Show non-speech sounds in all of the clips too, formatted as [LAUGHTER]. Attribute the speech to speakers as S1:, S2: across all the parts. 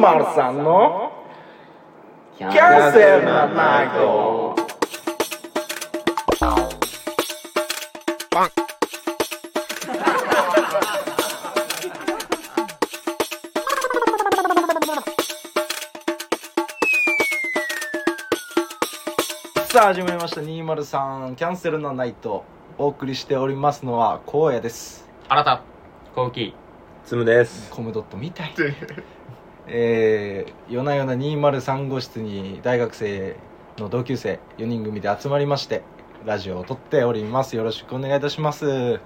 S1: 丸さんのキャンセルなナイトさあ始まりました203キャンセルなナイトお送りしておりますのは荒野です
S2: あなた、コウキ。
S3: つむです
S1: コムドットみたいえー、夜な夜な203号室に大学生の同級生4人組で集まりましてラジオを撮っておりますよろしくお願いいたします、え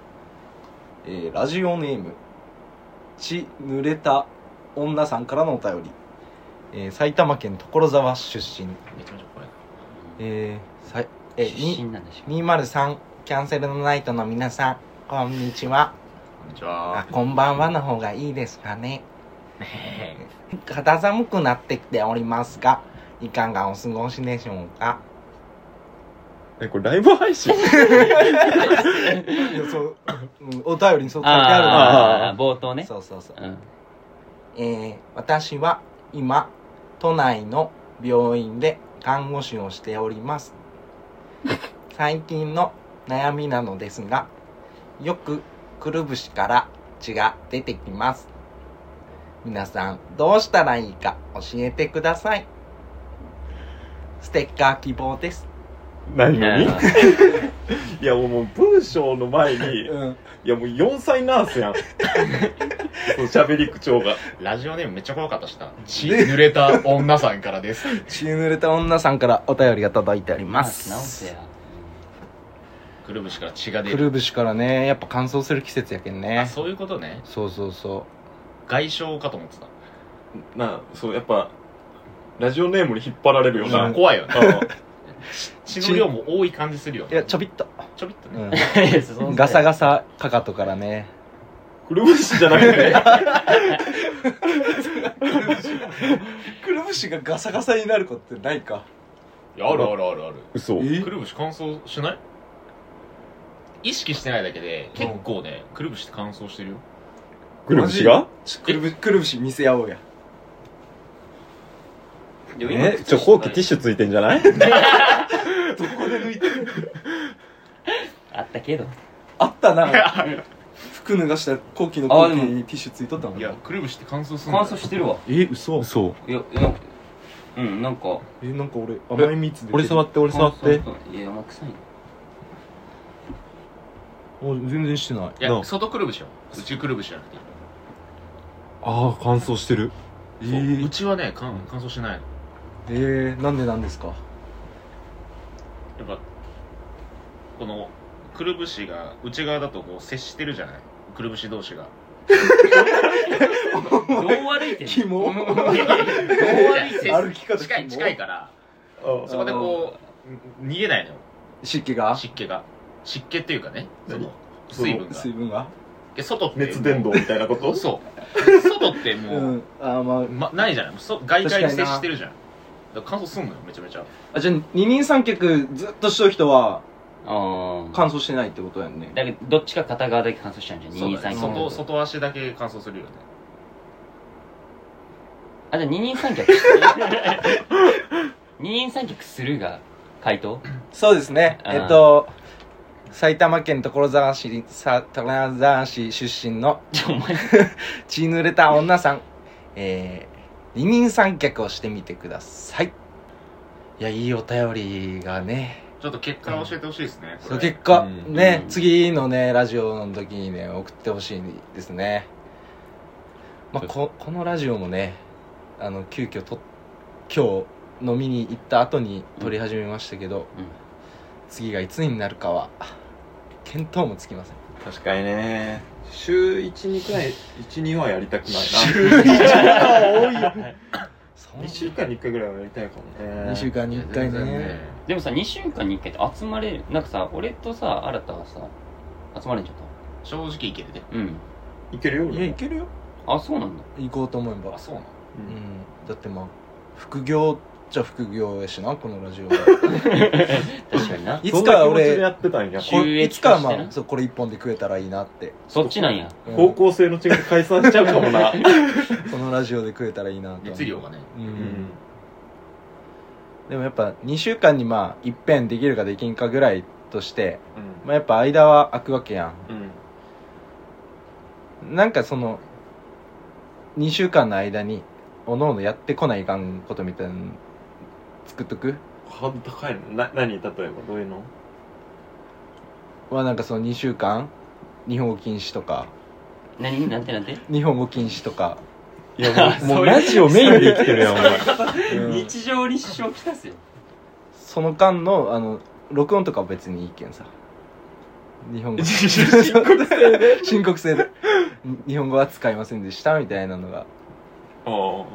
S1: ー、ラジオネーム血濡れた女さんからのお便り、えー、埼玉県所沢出身
S2: めちゃめちゃ怖い。
S1: えー、さいえー
S2: 出
S1: に
S2: 身なんでしょ。
S1: 203キャンセルのナイトの皆さんこんにちは
S3: こんにち
S1: あ
S3: は
S1: こんばんはの方がいいですかね肌寒くなってきておりますがいかがお過ごしでしょう
S2: [LAUGHS]
S1: か
S3: えこれライブ配
S4: [LAUGHS]
S3: 信
S1: そううんお便りにそう書いてあ
S3: あ
S2: あー、冒頭
S1: るの
S2: ね。
S1: そうそうそう、
S2: うん。
S1: えー私は今都内の病院で看護師をしております最近の悩みなのですがよくくるぶしから血が出てきます皆さんどうしたらいいか教えてくださいステッカー希望です
S3: 何何
S2: あ
S3: いやもう文章の前に
S1: ん
S3: いやもう4歳ナースや
S4: [LAUGHS]
S3: んその喋り口調が
S4: ラジオネームめっちゃ怖かったしな。血濡れた女さんからです。
S1: 血濡れた女さんからお便りが届いており
S2: ー
S1: ま
S2: 直
S1: す
S2: せや。
S4: くるぶしから血が出
S1: く
S4: る。
S1: るぶしからねやっぱ乾燥する季節やけん
S4: あ、
S1: ね
S4: そういうことね。
S1: そうそうそ
S4: 外傷かと思ってた。
S3: なあそうやっぱラジオネームに引っ張られるよな、
S1: う
S4: まあ
S1: ん
S4: 怖いよね。
S3: あ
S4: 血の量も多い感じするよ
S1: うい
S4: ね。
S1: やちょびっと、
S4: ちょびっと
S1: う
S4: ね。
S1: ん、
S2: ガ
S1: ガ
S3: [LAUGHS]
S1: サ
S2: サガ
S1: ガサかかとからね
S3: くるぶしじゃなく
S4: [LAUGHS]
S3: て
S1: くるぶしがガサガサになることってないか
S4: いやあるあるあるあ
S3: 嘘
S1: え
S4: る。くるぶし乾燥しない意識してないだけで、結構ね、くるぶしって乾燥してるよ。
S3: くるぶしが
S1: くるぶくるぶし見せ合おうや
S3: えちょほうきティッシュついてんじゃない
S1: どこで抜いてる
S2: あったけど。
S1: あったな服脱がした後期の後期にティッシュついとったもん
S4: いや、くるぶしって乾燥するんだ
S5: 乾
S4: よ
S5: 燥してるわ
S1: え嘘
S3: そう
S5: いやいやうんなんか
S1: えなんか俺甘い蜜で
S3: って俺
S5: 乾燥したいや甘臭い
S1: 全然してない
S4: いや、外くるぶしよ。内くるぶしじゃなくていい。
S3: ああ乾燥してる
S1: え
S4: そうう
S1: ー、
S4: ちはね、乾乾燥しないの。
S1: えー、なんでなんですか
S4: やっぱこのくるぶしが内側だとこう接してるじゃないくるぶし同士 [LAUGHS] が
S2: どう歩いてん
S1: モ歩き方
S4: 近い近いから
S3: あ
S4: そこでこう逃げないのよ
S1: 湿気が
S4: 湿気が湿気っていうかねその
S3: 何
S4: 水分が
S1: 水分が
S4: で外って
S3: 熱伝導みたいな [LAUGHS] こと
S4: そう外って
S1: う
S4: もう、
S1: んあーまあ
S4: ま、ないじゃないもうそ外界に接してるじゃんだから乾燥すんのよめちゃめちゃ
S1: あじゃあ二人三脚ずっとしとる人は
S2: [LAUGHS] ああ。
S1: 乾燥してないってことやんね
S2: だけど、どっちか片側だけ乾燥しちゃうんじゃん。
S4: そう
S2: 二人
S4: だ
S2: 三
S4: ね
S2: 脚。
S4: 外外足だけ乾燥するよね
S2: あ、じゃあ二人三 [LAUGHS] 脚。二人三脚するが、回答
S1: そうですね
S2: うん
S1: えっと埼玉県所沢市さ所沢市出身の
S2: じゃあお前、
S1: [LAUGHS] 血濡れた女さんえー、二人三脚をしてみてくださいいやいいお便りがね
S4: ちょっと結果を教えてほしいですね、こ
S1: そ
S4: れ
S1: う結果、
S3: うん
S1: ね
S2: うん
S1: 次のねラジオの時にね送ってほしいですねまあここのラジオもねあの急遽と今日飲みに行った後に撮り始めましたけど、
S2: うん
S1: 次がいつになるかは見当もつきません
S3: 確かにね週12くらい12はやりたくないな
S1: そ
S3: 2週間に1回ぐらいはやりたいかもね
S1: 2週間に1回ね
S4: いや全然ね
S2: でもさ、2週間に1回って集まれる。なんかさ、俺とさ、新たはさ、集まれんじゃった
S4: 正直いけるね
S2: うん。
S3: いけるよ
S1: いやいけるよ
S2: あ、そうなんだ。
S1: 行こうと思え
S4: あ
S1: ば、
S4: そうなの
S1: うん、だってまあ副業ちゃ副業やしなこのラジオは
S2: 確かに
S1: [LAUGHS]
S2: ない
S1: つかは
S3: そんな気持ちでや
S1: 俺
S3: ってたんや。
S1: こ
S2: 収
S1: い
S2: 益
S1: つかは
S2: 化してな
S1: まあそうこれ一本で食えたらいいなって、
S2: そっちなんや
S1: うん
S3: 方向性の違いで解散しちゃうかもな。
S1: このラジオで食えたらいいなと
S4: 熱量がね
S1: うん、
S3: うん
S1: でもやっぱ2週間にまあいっぺんできるかできんかぐらいとして、
S3: う
S1: まあ、やっぱ間は空くわけや
S3: ん。うん。
S1: んなんかその2週間の間におのおのやってこないかんことみたいなの作っとく
S3: ハードル高いのな、何例えばどういうの
S1: はなんかその2週間日本語禁止とか
S2: 何なんてなんて
S1: 日本語禁止とか、[LAUGHS]
S3: いや、も
S2: そういう
S3: う、もうラジオメインで生きてるやん、お [LAUGHS] 前。
S1: うん
S2: 日常に支障きたすよ
S1: その間のあの録音とかは別にいいけんさ日 [LAUGHS] 本語
S3: 深刻性で。
S1: 申告制で日本語は使いませんでしたみたいなのが
S3: ああ。ど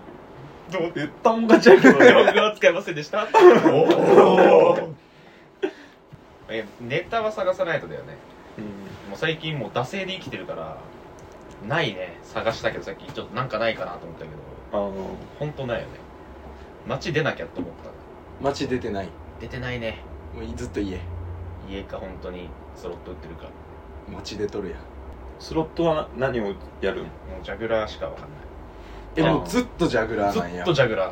S3: う言ったもん勝ちやけどね、
S4: 僕は使いませんでしたお [LAUGHS] おネタは探さないとだよねもう最近もう惰性で生きてるからないね探したけどさっきちょっとなんかないかなと思ったけど
S3: あの、
S4: 本当ないよね街出なきゃと思った
S1: 街出てない
S4: 出てないね
S1: もうずっと家
S4: 家か本当にスロット売ってるかも
S1: 街出とるやん
S3: スロットは何をやるん
S4: うジャグラーしかわかん
S1: え
S2: あー
S1: もうずっとジャグラ
S4: ない
S1: ー
S4: ず
S1: なんや
S4: っとジャグラー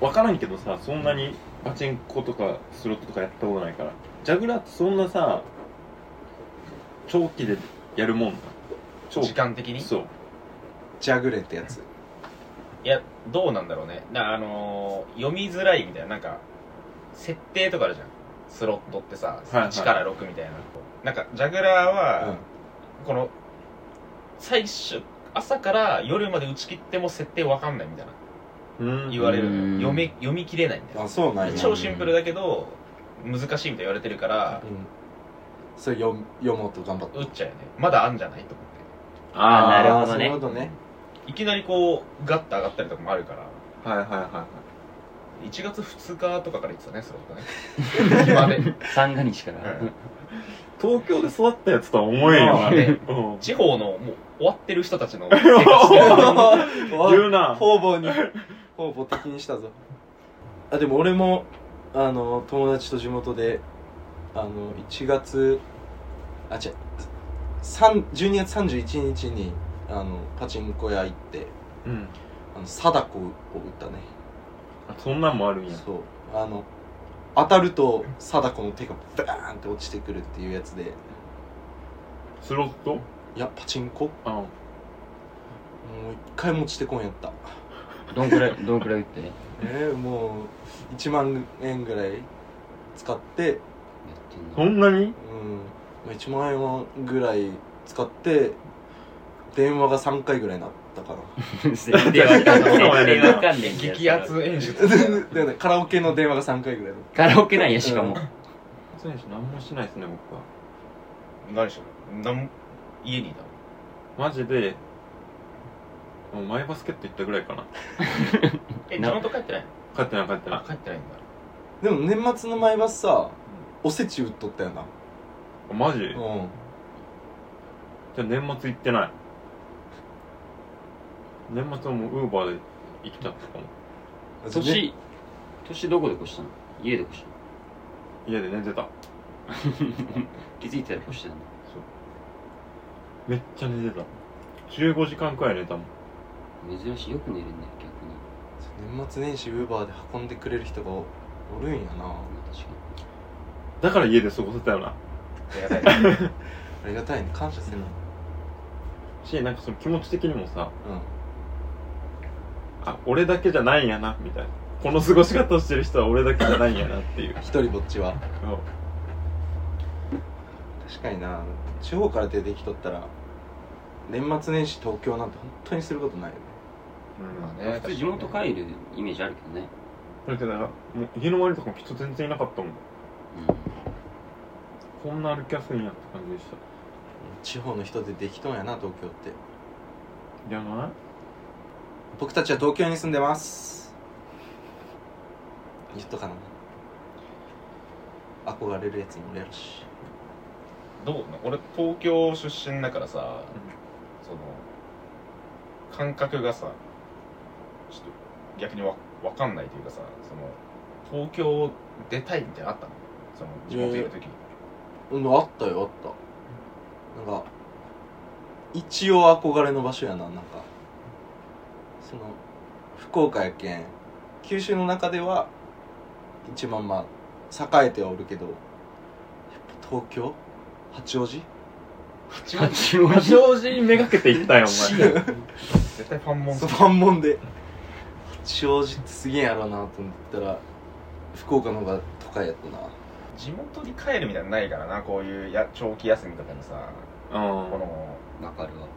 S3: わからんけどさ、そんなにパチンコとかスロットとかやったことないから。ジャグラーってそんなさ、長期でやるもんな。長
S4: 時間的に
S3: そう。
S1: ジャグレってやつ
S4: いやどうなんだろうねなあのー読みづらいみたいななんか設定とかあるじゃんスロットってさ
S3: いはい
S4: 1から6みたいな、なんかジャグラーは、
S1: う
S4: この最初朝から夜まで打ち切っても設定わかんないみたいな
S3: うん
S4: 言われる
S2: う
S4: の
S2: ん
S4: よ読め読み切れないみたい
S1: ん
S4: な
S1: あそうなんや
S4: で超シンプルだけど難しいみたいな言われてるから
S1: うんそれ読読もうと頑張って
S4: 打っちゃうよねまだあんじゃないと思っ
S2: あなるほどね
S1: あーそういうことね
S4: ていきなりこうガッと上がったりとかもあるから
S3: はいはいはいはい。
S4: 1月2日とかから言ってたねそれとね暇で
S2: 三が日から、
S4: うん
S3: 東京で育ったやつとは思えんよな。
S4: ね
S3: うん
S4: 地方のもう終わってる人たちの生活して
S3: [LAUGHS]
S4: る
S3: 言うな。
S1: 方々に方々的にしたぞあでも俺もあの友達と地元であの1月あ違う3 12月31日にあのパチンコ屋行って
S3: うん。
S1: あの貞子を打ったね
S3: あそんなんもあるんや。
S1: そうあの当たると貞子の手がバーンって落ちてくるっていうやつで
S3: スロット
S1: いやパチンコも
S3: あ
S1: う一回も落ちてこんやった
S2: どんくらいどんくらい打ってやっ
S1: えー、もう1万円ぐらい使って
S2: てん
S3: そ
S2: の
S3: んなに
S1: うん、まあ1万円ぐらい使って電話が3回ぐらいなったかな [LAUGHS]
S2: 設定わかんねえ設定わかんねえ
S4: 激アツ演出
S1: [LAUGHS] だよねカラオケの電話が3回ぐらいだっ
S2: カラオケなんやしかも
S3: 選手何もしないですね、僕は。
S4: 何しろなん家にいたの
S3: マジで、もうマイバスケット行ったぐらいかな。
S4: え地
S2: な
S4: 元帰ってない
S3: 帰ってない帰って
S4: あ
S3: な。
S4: 帰ってないんだ
S1: たでも年末の前バスさおせち売っとったよない
S3: マジじ
S1: うん
S3: ゃあ年末行ってない。年末はもうウーバーで行っちゃったかも。
S2: 年年どこで越したの家で越したの
S3: 家で寝てた。
S2: 気づいたら越してたの
S3: めっちゃ寝てた。15時間くらい寝たもん。
S2: 珍しいよく寝るんだよ逆に
S1: 年末年始ウーバーで運んでくれる人がおるんやな
S2: 確か
S3: だから家で過ごせたよな。
S4: いやだいぶ
S1: ありがたいね感謝せな
S3: し、なんかその気持ち的にもさ、
S1: うん、
S3: あ、俺だけじゃないんやな、みたいな。この過ごし方をしてる人は俺だけじゃないんやなって
S4: [LAUGHS]
S3: いう。
S1: 一人ぼっちは確かにな地方から出てきとったら年末年始東京なんて本当にすることないよね
S4: まあ
S3: う
S4: ね
S2: に普通地元帰るイメージあるけどね
S3: ん。だけど、もう家の周りとかも人全然いなかったもん。こんな歩きやすいんやって感じでした。
S1: 地方の人でできとんやな東京って
S3: じゃない
S1: 僕たちは東京に住んでます言っとかな憧れるやつに俺やるし
S4: どうな俺東京出身だからさ、その感覚がさちょっと逆にわわかんないというかさその東京出たいみたいなのあったのその地元いる時に、
S1: うん、あったよあったなんか一応憧れの場所やななんかその福岡やけん九州の中では一番まあ栄えてはおるけどやっぱ東京八王子
S2: 八王
S3: 八王子にめがけて行ったよお
S1: 死や
S3: 前
S4: 絶対ファンモン
S1: そう反問で八王子ってすげえやろなと思ったら福岡の方が都会やったな
S4: 地元に帰るみたいなのないからなこういうや長期休みとかにさ
S3: あ
S4: この
S5: わかるわ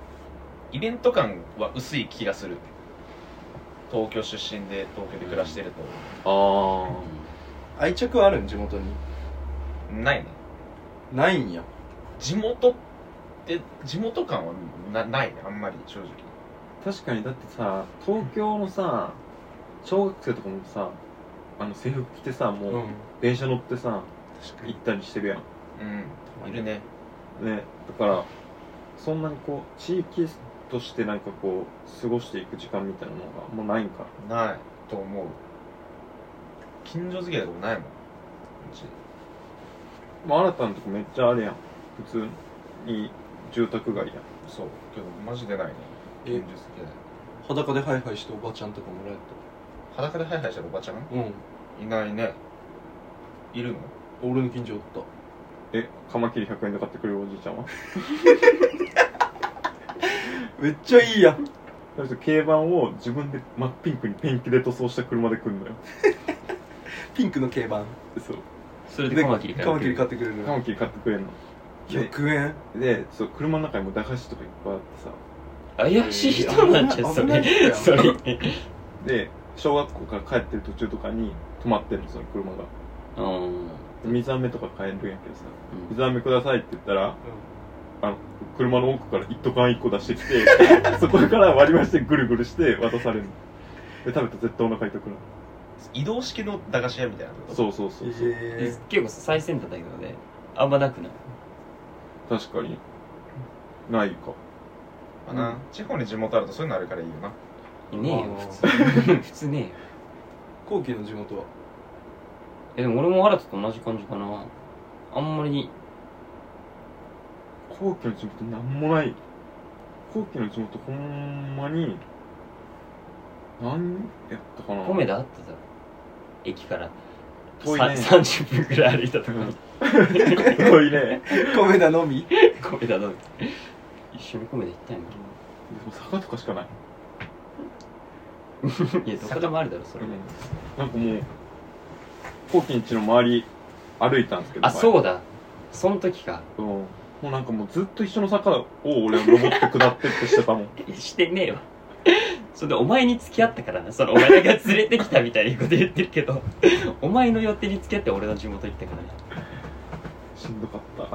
S4: イベント感は薄い気がする東京出身で東京で暮らしてると、
S3: あー
S1: 愛着はあるん地元に
S4: ないね
S1: ないんや
S4: 地元って地元感はなないねあんまり正直
S3: 確かにだってさ東京のさ小学生とかもさあの制服着てさもう電車乗ってさ
S1: 確か
S3: 行ったりしてるやん
S4: うんいるね
S3: ねだからそんなにこう地域としてなんかこう過ごしていく時間みたいなのがもうないんか
S4: ないと思う近所付き合いとかもないもんうち
S3: まあ新たなとこめっちゃあるやん普通に住宅街やん
S4: そうけどマジでないね
S1: え
S4: 近所付き合い
S1: 裸でハイハイしておばちゃんとかもらえ
S4: 裸でハイハイしてるおばちゃん
S1: たうん
S4: いないねいるの
S1: 俺の近所おった
S3: えカマキリ100円で買ってくれるおじいちゃんは
S1: めっちゃいいやん
S3: だって競馬を自分で真っピンクにペンキで塗装した車で来んのよ
S1: ピンクの軽バン
S3: そう
S2: それでカマキリ
S1: カマキリ
S2: か
S1: 買ってくれる
S3: カマキリ買ってくれんので
S1: 100円
S3: でそう車の中にも駄菓子とかいっぱいあってさ
S2: 怪しい人なんじゃんそ
S1: 危ない危ない
S2: れそれ
S3: で小学校から帰ってる途中とかに止まってんのその車が
S5: うん
S3: で水飴とか買えるんやけどさ水飴くださいって言ったらあの車の奥から一斗缶一個出してきてそこから割り箸でぐるぐるして渡されるので食べたら絶対お腹痛くなる
S4: 移動式の駄菓子屋みたいなとこ
S3: そうそうそうそう
S1: え
S5: 結構最先端だけどねあんまなくない
S3: 確かにないか
S4: まあな、地方に地元あるとそういうのあるからいいよない
S5: ねえよ
S1: まあ
S5: 普通 [LAUGHS] 普通ねえよ
S1: 後期の地元は
S5: えでも俺も新たと同じ感じかなあんまり
S3: 後期の地元なんもない後期の地元ほんまに何やったかな
S5: 米であっただろ駅から
S3: 遠い
S5: さ
S3: ね
S5: 30分くらい歩いたとこ
S3: うん
S5: に
S3: [LAUGHS] 遠いね
S1: 米田のみ
S5: 米だの一緒に米で行ったんや
S3: でも坂とかしかない、
S5: いやどこでもあるだろそれ
S3: なんかもう後期の地の周り歩いたんですけど
S5: あ
S3: う、
S5: そうだその時か
S3: うん、もうなんかもうずっと一緒の坂を俺は登って下ってってしてたも
S5: [LAUGHS]
S3: ん
S5: いやしてねえわそれでお前に付き合ったからなそのお前が連れてきたみたいなこと言ってるけど [LAUGHS] お前の予定に付き合って俺の地元行ったからね
S3: しんどかった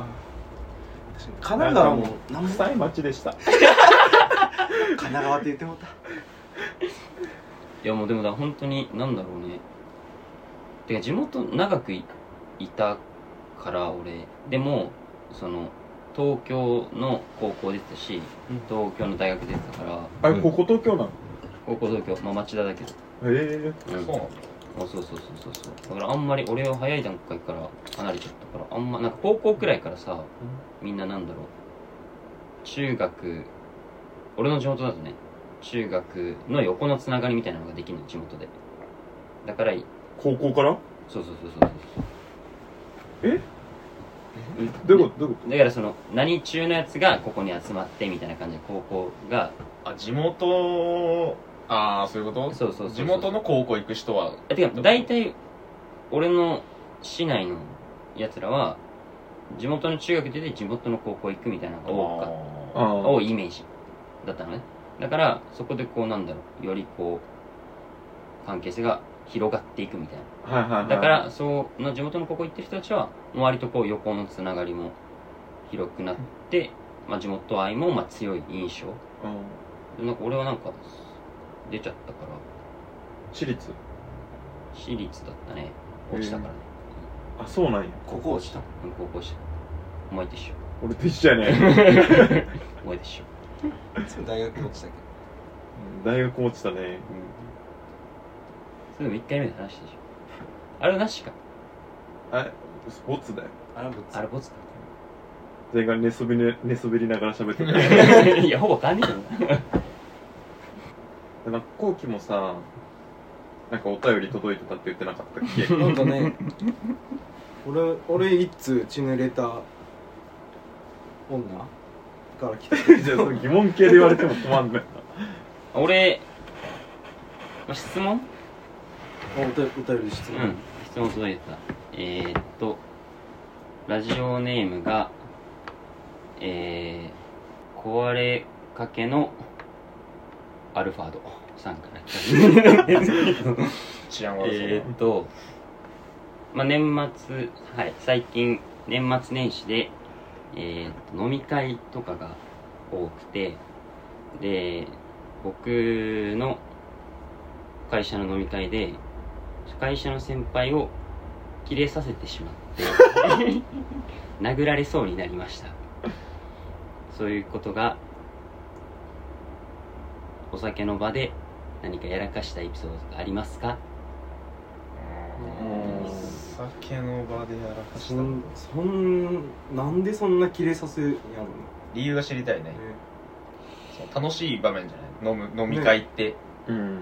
S1: 神奈川も何も
S3: 臭い町でした
S1: 神奈川って言ってもうた
S5: いやもうでもだ本当になんだろうねてか地元長くいいたから俺でもその東京の高校出てたし、
S1: うん
S5: 東京の大学出てたから
S3: あれここ東京なの
S5: 高校東京まあ町田だけど、
S3: へえ
S5: うん、
S4: そうなんだ
S5: あそうそうそうそうそうだからあんまり俺は早い段階から離れちゃったからあんまなんか高校くらいからさみんななんだろう中学俺の地元だとね中学の横のつながりみたいなのができるの地元でだからい
S3: 高校から
S5: そうそうそうそうそう
S3: え
S5: うん
S3: どういうことどういうこ
S5: だからその何中のやつがここに集まってみたいな感じで高校が
S4: あ地元ああそういうこと
S5: そうそうそうそう
S4: 地元の高校行く人は
S5: えてか大体俺の市内のやつらは地元の中学出て地元の高校行くみたいなのが多か
S3: と
S4: あー
S5: った
S3: あ
S5: 多いイメージだったのねだからそこでこうなんだろうよりこう関係性が広がっていくみたい
S3: あはいはいは
S5: ないだからその地元の高校行ってる人たちはもう割とこう横のつながりも広くなって、まあ、地元愛もまあ強い印象
S3: うん
S5: でなんか俺はなんか出ちゃったから
S3: 私立
S5: 私立だったね落ちたからね
S3: あそうなんや
S1: ここ落ちた
S5: うん高校生お前でしょ
S3: 俺と一緒やね
S5: [LAUGHS] お前でしょ
S1: そう大学落ちたけど
S3: うん大学も落ちたね
S5: それでも1回目で話したでしょあれはなしか
S3: あれスポーツだよ
S6: あれぶつ
S5: あれボツか
S3: 前回寝そべり寝そべりながら喋ってた
S5: いやほぼ変わんねえけどな
S3: なんか後期もさなんかお便り届いてたって言ってなかったっ [LAUGHS] け
S6: なんかね
S1: 俺俺一通血濡れた女から来た
S3: じゃあその疑問系で言われても困んない
S5: 俺質問
S1: おお便お便り質
S5: う
S1: 問、
S5: ん質問届いてたえー、っとラジオネームがえー、壊れかけのアルファードさんから来た
S4: 治安悪そう
S5: えーっと、まあ、年末、はい、最近、年末年始で、えーっと、飲み会とかが多くて、で、僕の会社の飲み会で、会社の先輩をキレさせてしまって、
S4: [LAUGHS]
S5: 殴られそうになりました。そういうことが、お酒の場で何かやらかしたエピソードとかありますか
S4: うん酒の場でやらかし
S1: そ
S4: た
S1: んそんなんでそんなキレさせんやろ
S4: 理由が知りたいね
S1: な、ね
S4: そう楽しい場面じゃない飲む飲み会って、
S3: うん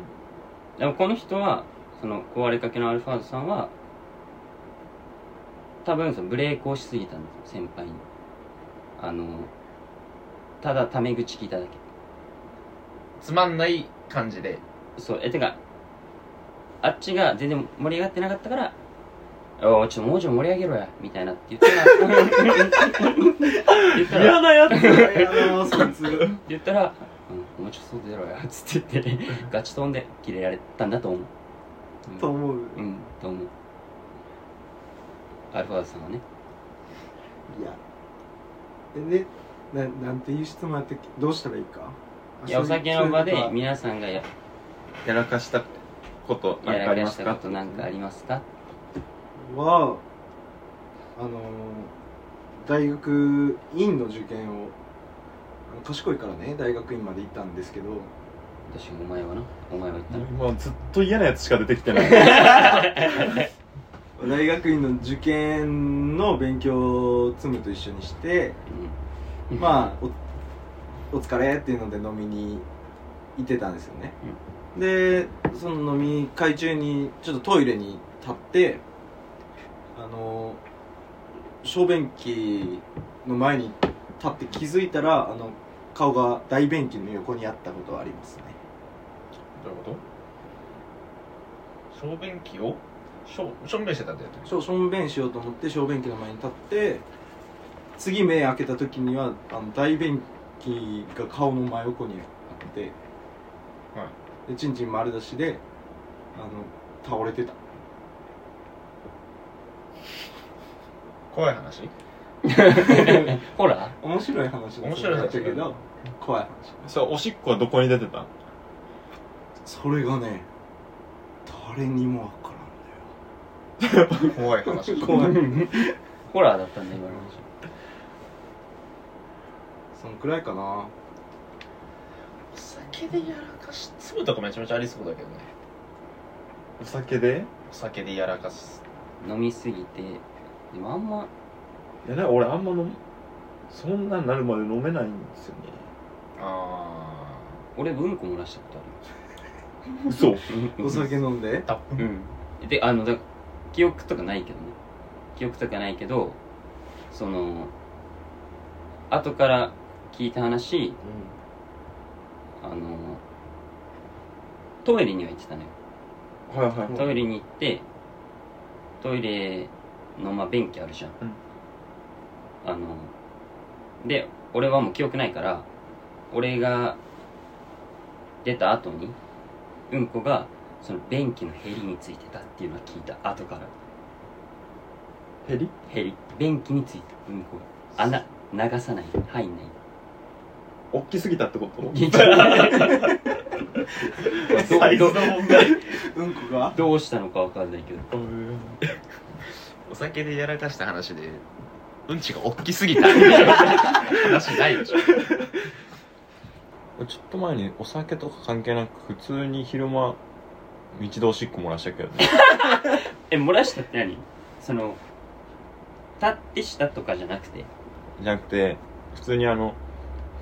S5: でもこの人はその壊れかけのアルファードさんは多分そのブレークをしすぎたんですよ先輩にあのただタメ口聞いただけ
S4: つまんない感じで
S5: そうえてかあっちが全然盛り上がってなかったから「おいちょっともうちょい盛り上げろや」みたいなって言ったら [LAUGHS] 言ったら
S3: 嫌なやつ
S1: 嫌なそいつ
S5: 言ったら「うんもうちょっと外出ろや」つって言ってガチ飛んでキレられたんだと思ううん
S1: と思う
S5: うんと思うアルファードさんはね
S1: いやでななんていう質問やったっけどうしたらいいか
S5: いやお酒の場で
S1: み
S5: 皆さんがや
S3: やらかしたこと
S5: や
S3: なんかあ
S5: ら
S3: り
S5: か
S3: ま
S5: し
S3: す
S5: た
S3: か
S5: ことなんかありますか
S1: はあのー大学院の受験をあの賢いからね大学院まで行ったんですけど
S5: 私お前はなお前は言ったの
S3: もうずっと嫌なやつしか出てきてない [LAUGHS]
S1: 大学院の受験の勉強を積むと一緒にして
S5: うん
S1: まあおお疲れっていうので飲みに行ってたんですよね、でその飲み会中にちょっとトイレに立ってあの小便器の前に立って気づいたらあの顔が大便器の横にあったことはありますね
S4: どういうこと小便器をしょしょんべんしてたんだよね
S1: しょしょんべんしようと思って小便器の前に立って次目開けた時にはあの大便器が顔の真横にあって、
S4: は
S1: でちんちん丸出しであの倒れてた
S4: 怖い話
S5: ほら
S1: 面白い話
S4: 面白い話
S1: だったけど怖い話
S3: そうおしっこはどこに出てた
S1: それがね誰にもわか
S4: 怖い話
S1: らん怖い
S5: ホラーだったんだ今の話
S1: そのくらいかな
S4: お酒でやらかし粒とかめちゃめちゃありそうだけどね
S3: お酒で
S4: お酒でやらかす
S5: 飲みすぎてでもあんま
S3: いやだから俺あんま飲むそんなんなるまで飲めないんですよね
S4: あ
S5: 俺うんこ漏らしたことあ
S3: 嘘
S5: るよ
S1: お酒飲んで
S4: あダップ
S5: うん [LAUGHS] であのだ記憶とかないけどね記憶とかないけどその後から聞いた話あのトイレには行ってたのよ
S3: はいはい
S5: トイレに行ってトイレのまあ便器あるじゃん、
S3: うん
S5: あので俺はもう記憶ないから俺が出た後にうんこがその便器のヘりについてたっていうのは聞いた後から
S3: ヘリ
S5: ヘり便器についてたうんこが穴流さない入んない
S3: 大きすぎたって [LAUGHS] こと
S5: いや
S3: サイズの問題 [LAUGHS]
S1: うんこが
S5: どうしたのかわかんないけど
S4: お酒でやらかした話でうんちが大きすぎたみたいな話ないでしょ
S3: ちょっと前にお酒とか関係なく普通に昼間道でおしっこ漏らしたけどね
S5: え漏らしたって何その立ってしたとかじゃなくて
S3: じゃなくて普通にあの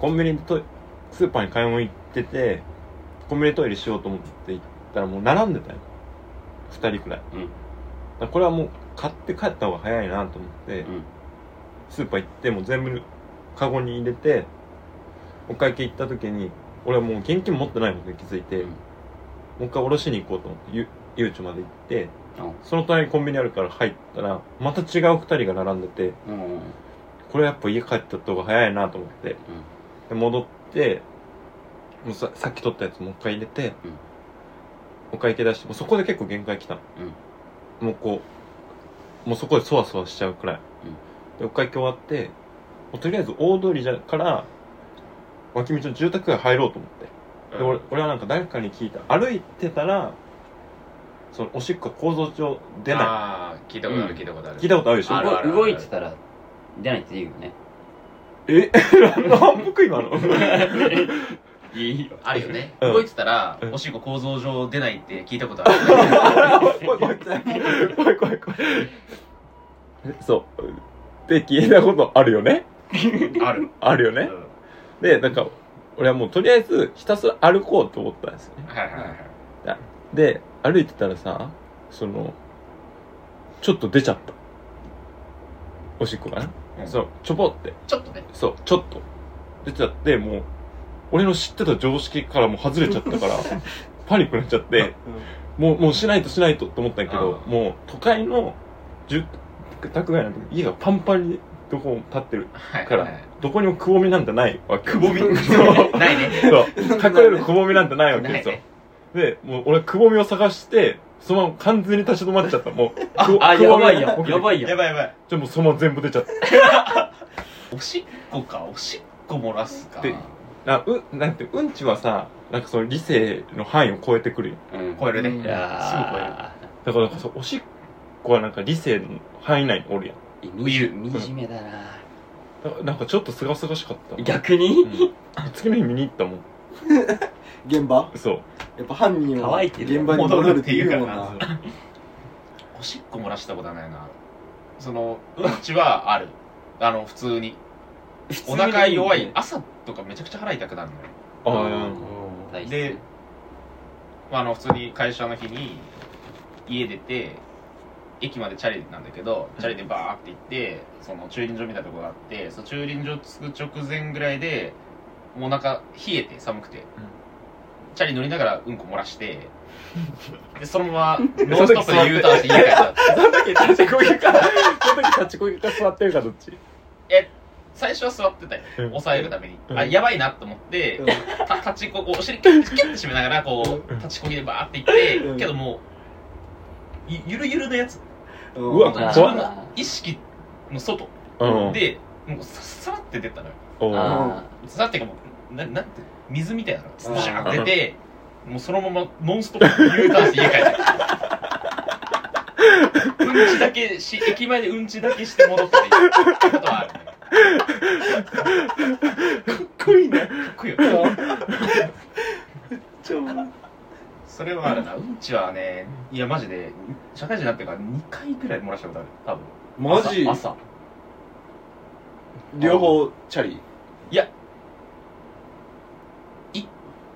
S3: コンビニとスーパーに買い物行っててコンビニトイレしようと思って行ったらもう並んでたよ2人くらい、
S5: うん
S3: だからこれはもう買って帰った方が早いなと思って、
S5: うん
S3: スーパー行ってもう全部カゴに入れてお会計行った時に俺はもう現金持ってないことに気づいて、
S5: うん
S3: もう一回下ろしに行こうと思ってゆゆうちょまで行って
S5: うん
S3: その隣にコンビニあるから入ったらまた違う2人が並んでて
S5: うん
S3: これやっぱ家帰った方が早いなと思って、で戻ってもうささっき取ったやつもう一回入れて、
S5: うん
S3: お会計出してもうそこで結構限界来たの、もうこうもうそこでそわそわしちゃうくらい、でお会計終わってもうとりあえず大通りじゃから脇道の住宅街入ろうと思ってで俺俺はなんか誰かに聞いた歩いてたらそのおしっこ構造上出な
S4: ああ聞いたことある聞いたことある
S3: い聞いたことあるでしょ
S4: あるあるある
S5: 動いてたら出ないって言うよね
S3: え [LAUGHS] 反復今
S4: [LAUGHS]
S3: の
S5: いいよ
S4: あるよね
S3: うん
S4: 動いてたら
S3: うん
S4: おしっこ構造上出ないって聞いたことある
S3: 怖い怖い怖い怖い怖 [LAUGHS] い怖いそうって聞いたことあるよね
S4: ある
S3: あるよね
S4: うん
S3: でなんか俺はもうとりあえずひたすら歩こうと思ったんですよね
S4: はいはいはい
S3: で歩いてたらさそのちょっと出ちゃったおしっこがね、
S4: うん
S3: そうちょぼって
S4: ちょっとね
S3: そうちょっと出ちゃってもう俺の知ってた常識からもう外れちゃったから
S4: [LAUGHS]
S3: パニックになっちゃってもう、もうしないとしないとと思ったんやけど
S4: あ、あ
S3: もう都会の住宅街なんて家がパンパンにどこも立ってる
S4: はい
S3: か
S4: は
S3: ら
S4: い、
S3: どこにもくぼみなんてないわけ。くぼみ
S5: [LAUGHS]
S3: そう。
S4: ない
S3: [LAUGHS]
S4: ね
S3: そう隠れるくぼみなんてないわけですよ
S4: ない。
S3: で、もう俺くぼみを探して、そのまま完全に立ち止まっちゃった。もう、く
S5: あやばいや
S3: くぼみ
S5: やばいや
S4: やばいやばい
S3: じゃあもうそのまま全部出ちゃった。
S4: おしっこかおしっこ漏らすか
S3: でな、う、なんて、うんちはさ、なんかその理性の範囲を超えてくるよ。
S5: うん
S4: 超えるね、
S1: うん
S5: いや
S3: だからなんかそう、おしっこはなんか理性の範囲内におるやん。
S5: ーみじ惨めだな
S3: だからなんかちょっとすがすがしかった。
S5: 逆に
S3: うん次の日見に行ったもん。
S7: 現場
S3: そう。
S7: やっぱ犯人は
S5: 乾いてる
S7: 現場に戻るっていうもん
S4: 戻
S7: な
S4: るおしっこ漏らしたことはないなそのうんちはあるあの普通にお腹弱い朝とかめちゃくちゃ腹痛くなるのよ
S3: あ
S5: う
S3: あ
S5: ん大事
S4: で、まあ、あの普通に会社の日に家出て駅までチャリなんだけどチャリでバーって行ってその駐輪場みたいなとこがあってその駐輪場着く直前ぐらいでもうお腹冷えて寒くて、チャリ乗りながらうんこ漏らしてでそのままノンストップで U ターンして家帰った
S3: その時立ちこぎか、その時立ちこぎか座ってるかどっち
S4: 最初は座ってたよ
S3: うん
S4: 抑えるために、
S3: うん
S4: あやばいなと思って、
S7: うん
S4: た立ちここうお尻キュッキュッて締めながらこう立ちこぎでバーっていって、
S7: うん
S4: けどもうゆゆるゆるのやつ
S7: うん
S3: うわ
S5: あー
S4: 自
S3: 怖
S4: 分
S3: い
S4: の意識の外
S3: うん。
S4: で、もうささらって出たのよ
S3: おう
S5: あ
S4: さらってかもうななんて水みたいなのがスシャー
S3: あ
S4: って
S3: ー
S4: 出てもうそのままノンストップ U ターンして家帰ったうんちだけし駅前でうんちだけして戻ってきたことはあるね
S3: かっこいいね。
S4: かっこいいよね
S7: ちょうん
S4: それはあるなうんちはねいやマジで社会人になってから2回ぐらい漏らしたことある多分
S7: マジ
S5: ー朝
S7: 両方チャリ
S4: 1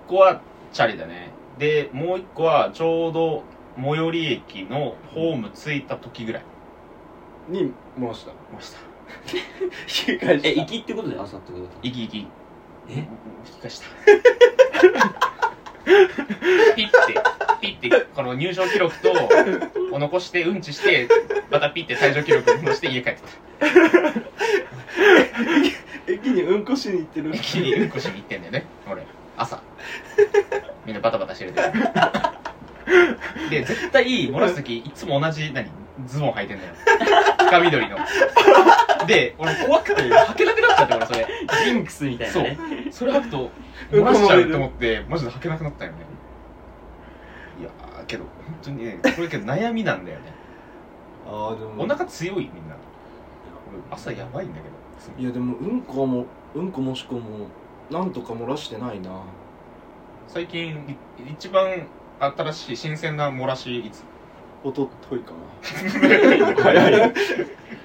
S4: 個はチャリだねでもう1個はちょうど最寄り駅のホーム着いた時ぐらい
S7: に回した
S4: ました
S7: 引き返
S5: え
S7: した
S5: 行きってことで朝ってこと
S4: 生き生き
S5: え
S4: 引き返した [LAUGHS] ピッてピッてこの入賞記録とを残してうんちしてまたピッて退場記録をして家帰ってきた
S7: 駅にうんこしに行ってる
S4: 駅にうんこしに行ってんだよね俺朝みんなバタバタしてる [LAUGHS] でで絶対漏らす時いつも同じ何ズボン履いてんだよ深緑ので俺怖くて履けなくなっちゃって俺それ
S5: ジンクスみたいなね
S4: それ履くと漏らしちゃうと思ってマジで履けなくなったよねいやーけど本当にねこれけど悩みなんだよね
S7: ああでも
S4: お腹強いみんな俺朝やばいんだけど
S7: いやでもうんこもうんこもしこもなんとか漏らしてないな
S4: 最近い一番新しい新鮮な漏らしいつ
S1: おとといか
S3: 早い。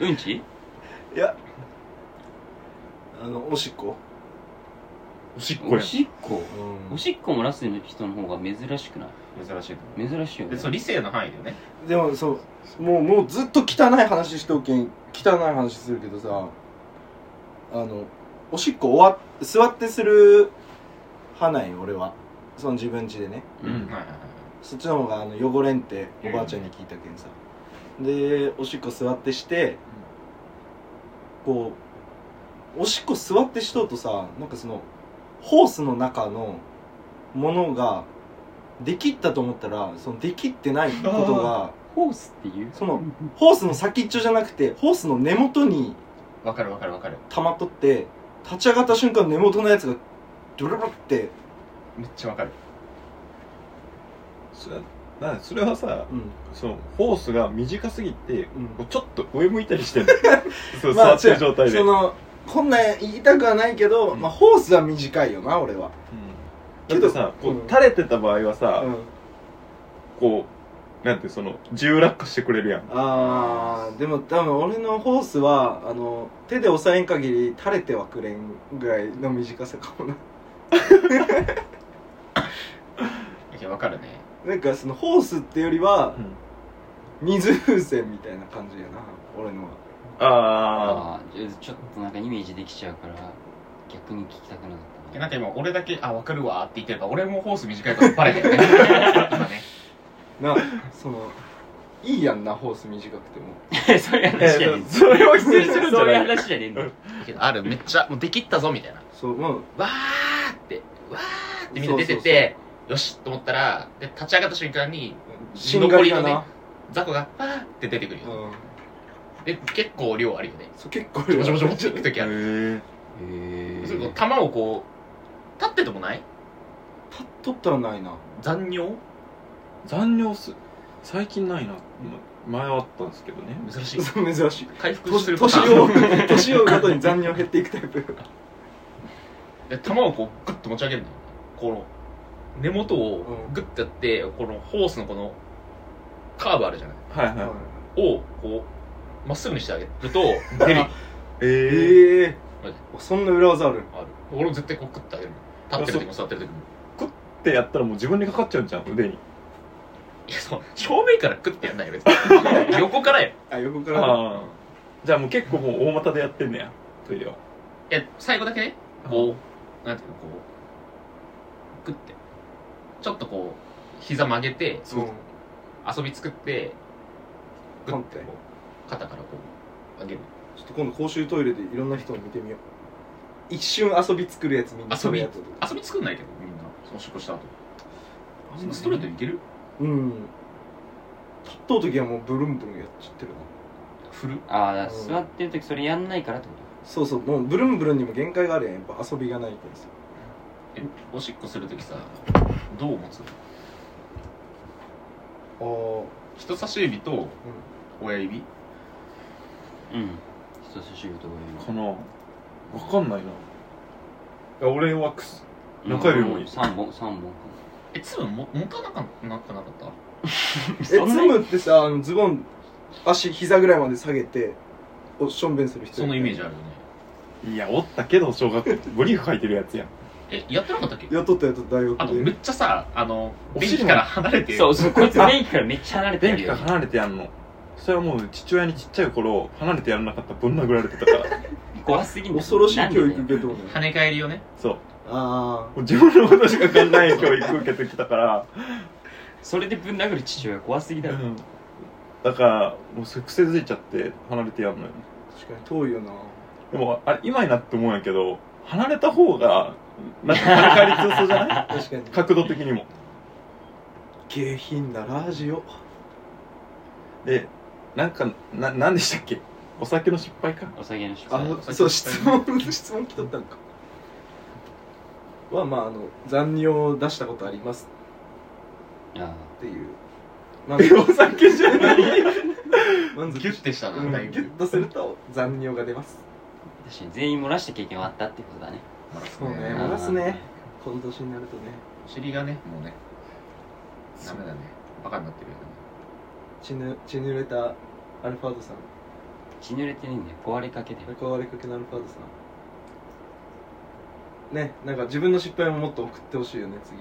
S5: うんち
S1: ないやあのおしっこ
S3: おしっこ
S5: お
S3: やん。
S5: しっこ
S1: う
S5: おしっこ漏らす人の方が珍しくない
S4: 珍しいと
S5: 珍しいよ
S4: で
S5: ね
S4: そう理性の範囲だよね
S1: んでもそうもうもうずっと汚い話しておけん汚い話するけどさあのおしっこ終わ座ってする派ない俺はその自分家でね
S5: うん
S4: はいはいはい
S1: そっちの方があの汚れんっておばあちゃんに聞いたけんさ、でおしっこ座ってして、こうおしっこ座ってしとうとさなんかそのホースの中のものができったと思ったらそのできってないことが
S5: ホースっていう
S1: そのホースの先っちょじゃなくてホースの根元に
S4: わかるわかるわかる
S1: 溜まっとって立ち上がった瞬間根元のやつがドロロって、
S4: めっちゃわかる
S3: それなそれはさ、
S1: うん
S3: その、ホースが短すぎて、
S1: うん
S3: こうちょっと上向いたりしてんの。そう、
S1: まあ
S3: 触ってる状態で。
S1: そのこんなん言いたくはないけど、
S3: うん
S1: まあ、ホースは短いよな俺は。
S3: だってさ、こ
S1: う
S3: うん垂れてた場合はさ、
S1: うん
S3: こう、なんていうその、重落下してくれるやん。
S1: あーでも多分俺のホースはあの手で押さえん限り垂れてはくれんぐらいの短さかもない [LAUGHS]
S4: やわかるね
S1: なんかそのホースってよりは
S3: うん
S1: 水風船みたいな感じやな俺のは
S5: あ
S3: あ
S5: あちょっとなんかイメージできちゃうから逆に聞きたくなかっ
S4: い
S5: た
S4: や
S5: な
S4: なんか今俺だけあわかるわって言ってるから俺もホース短いからバレ [LAUGHS] てるね今ね
S1: なそのいいやんなホース短くても
S5: そういう話じゃねえんだ
S3: それを否定するんじゃ
S5: そういう
S3: ない
S5: 話じゃねえんだよ
S4: けどあるめっちゃもうできったぞみたいな
S1: そうまあ
S4: わーってわーってみんな出ててよしと思ったらで立ち上がった瞬間に
S1: しんがりだな、
S4: 残雑魚がわーって出てくる
S1: う
S4: よ
S1: ん
S4: で結構量あるよね
S1: そう結構
S4: ジョボジョボジョボっていく時ある
S3: へえ。
S4: それこう弾をこう立っててもない
S1: 立っとったらないな [LAUGHS]
S4: 残尿
S3: 残尿す、最近ないな。前はあったんですけどね。
S4: 珍しい
S1: そう珍しい
S4: 回復
S1: 年
S4: する
S1: 年
S4: パターン
S1: を年を追うごとに残尿減っていくタイプ
S4: で球をこうグッと持ち上げるのよこの根元をグッとやって、このホースのこのカーブあるじゃない
S3: はいはい。
S4: をこうまっすぐにしてあげると出
S3: え
S4: る
S3: え。
S1: ええ
S4: マジで
S1: そんな裏技ある
S4: ある俺も絶対こうグッとあげるの立ってる時も座ってる時も
S3: ってやったらもう自分にかかっちゃうんじゃん、腕に。
S4: いやそう正面からグッてやんないよ別に横からよ
S1: あ横か
S3: ああ。じゃあもう結構もう大股でやってんねや。トイレは。
S4: いや最後だけねこうなんていうのこうグッてちょっとこう膝曲げて
S1: そう
S4: 遊び作ってグッてこ
S1: ポンっ
S4: う肩からこう上げる
S1: ちょっと今度公衆トイレでいろんな人を見てみよう一瞬遊び作るやつみんな
S4: 遊び
S1: やつ
S4: 遊び作んないけどみんなその出庫した後そのストレートいける
S1: うん立っとう時はもうブルンブルンやっちゃってるな
S4: 振る
S5: ああ座ってる時それやんないからってこ
S1: そうそうもうブルンブルンにも限界があるやんやっぱ遊びがないからさ
S4: えおしっこするときさどう持つ
S1: あー
S4: 人差し指と親指
S5: とうん人差し指と親
S3: かなわかんないな。いや俺はくす、
S5: 指
S3: 中指もいい
S5: 3本3本か
S4: えつぶも持たなかなくなかった
S1: え
S5: そんな
S1: ツムってさあのズボン足膝ぐらいまで下げておしょんべんする人
S4: そのイメー
S1: ジ
S4: ジあるよね
S3: いや、おったけど、小学校。ブリーフ履いてるやつや [LAUGHS] ん。
S4: えやってなかったっけ
S1: やっとったやつ大
S4: あと
S1: 学
S4: め
S1: で
S4: っちゃさあの
S3: お
S4: 便
S3: 尻
S4: 器
S3: も
S4: から離れて
S5: そうそうこいつ電気からめっちゃ離れて
S3: 電
S5: る
S3: 気
S5: よ
S3: [LAUGHS] が離れてやんのそれはもう父親にちっちゃい頃離れてやらなかったらぶん殴られてたから [LAUGHS]
S5: 怖すぎんだよ
S1: 恐ろしい教育
S5: なん
S1: 受
S5: で
S1: けとうね
S4: 跳ね返りをね
S3: そうも
S1: あ
S3: う自分のことしか考えない教育受けてきたから、
S5: だよそれでぶん殴る父親怖すぎだろ
S3: だからもうそれ癖づいちゃって離れてやんのよ
S1: あ確かに遠いよな
S3: でもあれ今になって思うんやけど離れた方がなんか離れ強そうじゃない [LAUGHS]
S1: 確かに
S3: 角度的にも
S1: 下品なラジオ
S3: でなんかななんでしたっけお酒の失敗か
S5: お酒の失敗
S1: あそう質問 [LAUGHS] 質問来とったんかはまああの残尿を出したことあります
S5: あ
S1: っていうまず
S3: お酒じゃない
S1: まず
S4: ギュッてした
S1: う
S4: なんだい
S1: ギュ
S4: ぶ
S1: ッとすると残尿が出ます
S5: あ確かに全員漏らした経験はあったってことだね
S1: そうね
S5: あー
S1: 漏らすねこの年になるとね
S4: お尻がねもうねダメだねバカになってるよね
S1: 血ぬ血濡れたアルファードさん
S5: 血濡れてねえんだよ壊れかけて
S1: こわれかけのアルファードさんねなんか自分の失敗ももっと送ってほしいよね次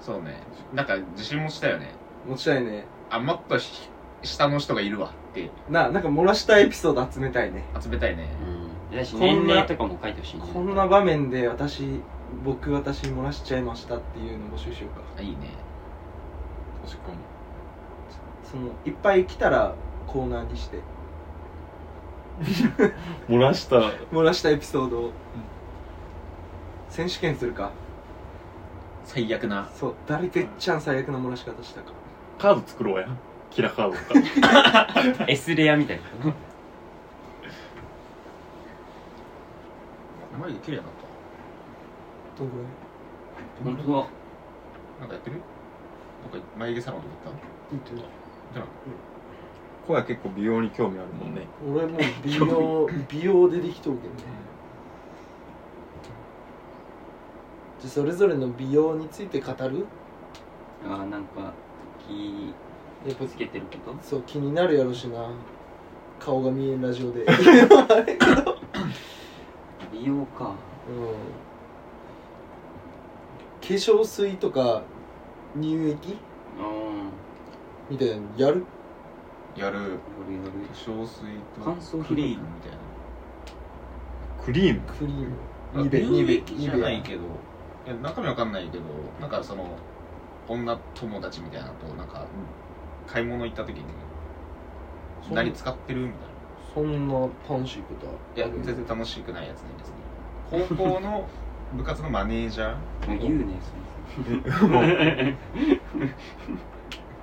S4: そうねなんか自信もしたよね
S1: 持ちたいね
S4: あもっとひ下の人がいるわって
S1: ななんか漏らしたエピソード集めたいね
S4: 集めたいね
S5: うんだし
S1: こんな
S5: 年齢とかも書いてほしいね
S1: こんな場面で私僕私漏らしちゃいましたっていうの募集しようか
S4: あいいね
S3: 確かに
S1: そのいっぱい来たらコーナーにして
S3: 漏らした
S1: 漏らしたエピソードを、選手権するか
S4: 最悪な
S1: そう誰てっちゃん最悪な漏らし方したか
S3: カード作ろうやキラカードとか
S5: S レアみたいな
S4: 眉毛綺麗だっ
S1: どんぐ
S4: た
S5: 本当だ
S4: なんかやってるなんか眉毛サロンとか行っ
S3: 声は結構美容に興味あるもんね
S1: 俺もう美
S4: [LAUGHS]
S1: 容美容でできとるけどねじゃあそれぞれの美容について語る
S5: あーなんか気
S1: やっぱ
S5: つけてること
S1: そう気になるやろしな顔が見えんラジ
S4: [LAUGHS]
S1: オでうん
S5: 美容か
S1: 化粧水とか乳液
S5: うん
S1: みたいなのやる
S4: たやる
S5: 俺俺
S4: 化粧水と
S5: 乾燥クリーム
S4: みたいな
S3: クリーム
S1: クリーム
S4: な
S1: ニ
S4: んか
S1: ベニ
S4: 乳
S1: ベ
S4: 液じ
S1: ニ
S4: ゃ
S1: ベ
S4: ないけどいや中身わかんないけどなんかその女友達みたいなのとなんか買い物行った時に
S1: そん
S4: 何使ってるみたいな
S1: そんな楽しいこと
S4: いや全然楽しくないやつね別に高校の部活のマネージャー
S5: あ言うね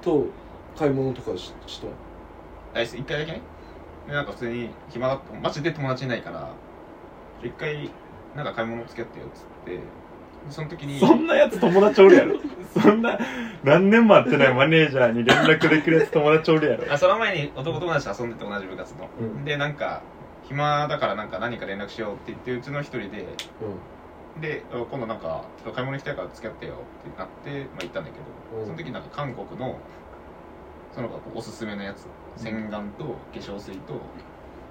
S1: と買い物とかししとん
S4: あ一回だけねでなんか普通に暇だったマジで友達いないから一回なんか買い物付き合ってよっつってその時に
S3: そんなやつ友達おるやろそんな何年も会ってないマネージャーに連絡できるやつ友達おるやろ
S4: あその前に男友達と遊んでて同じ部活の、
S1: うん
S4: でなんか暇だからなんか何か連絡しようって言ってうちの一人でであ今度なんかちょっと買い物行きたいから付き合ってよってなって、まあ、行ったんだけど、
S1: うん
S4: その時なんか韓国のその子がこうおすすめのやつ洗顔と化粧水と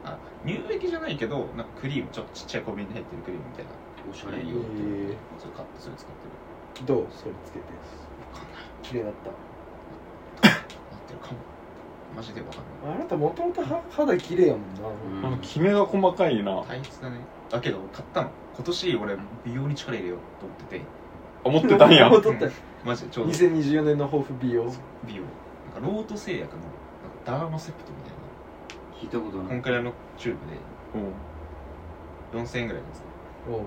S4: あ乳液じゃないけどなんかクリームちょっとちっちゃい小瓶に入ってるクリームみたいな
S5: おしゃ
S4: それ
S5: れ
S4: いい
S5: よ
S4: よって言われ
S1: へ
S4: てそれ買ってそれ使ってる
S1: どうそれつけて
S4: 分かんない
S1: 綺麗だった
S4: なってるかもマジで分かんない
S1: あなたもともとは肌綺麗やもんな、
S3: あのキメが細かいな
S4: 大変だねだけど買ったの今年俺美容に力入れようと思って
S3: 思って
S4: て
S3: たんや
S1: [LAUGHS] もう撮ったよ
S4: マジでちょうど
S1: 2024年の抱負美容
S4: 美容なんかロート製薬のなんかダーマセプトみたいな
S5: 聞いたことな
S4: こん
S5: い
S4: くらいのチューブで
S3: うん
S4: 4000円ぐらいのやつ
S1: お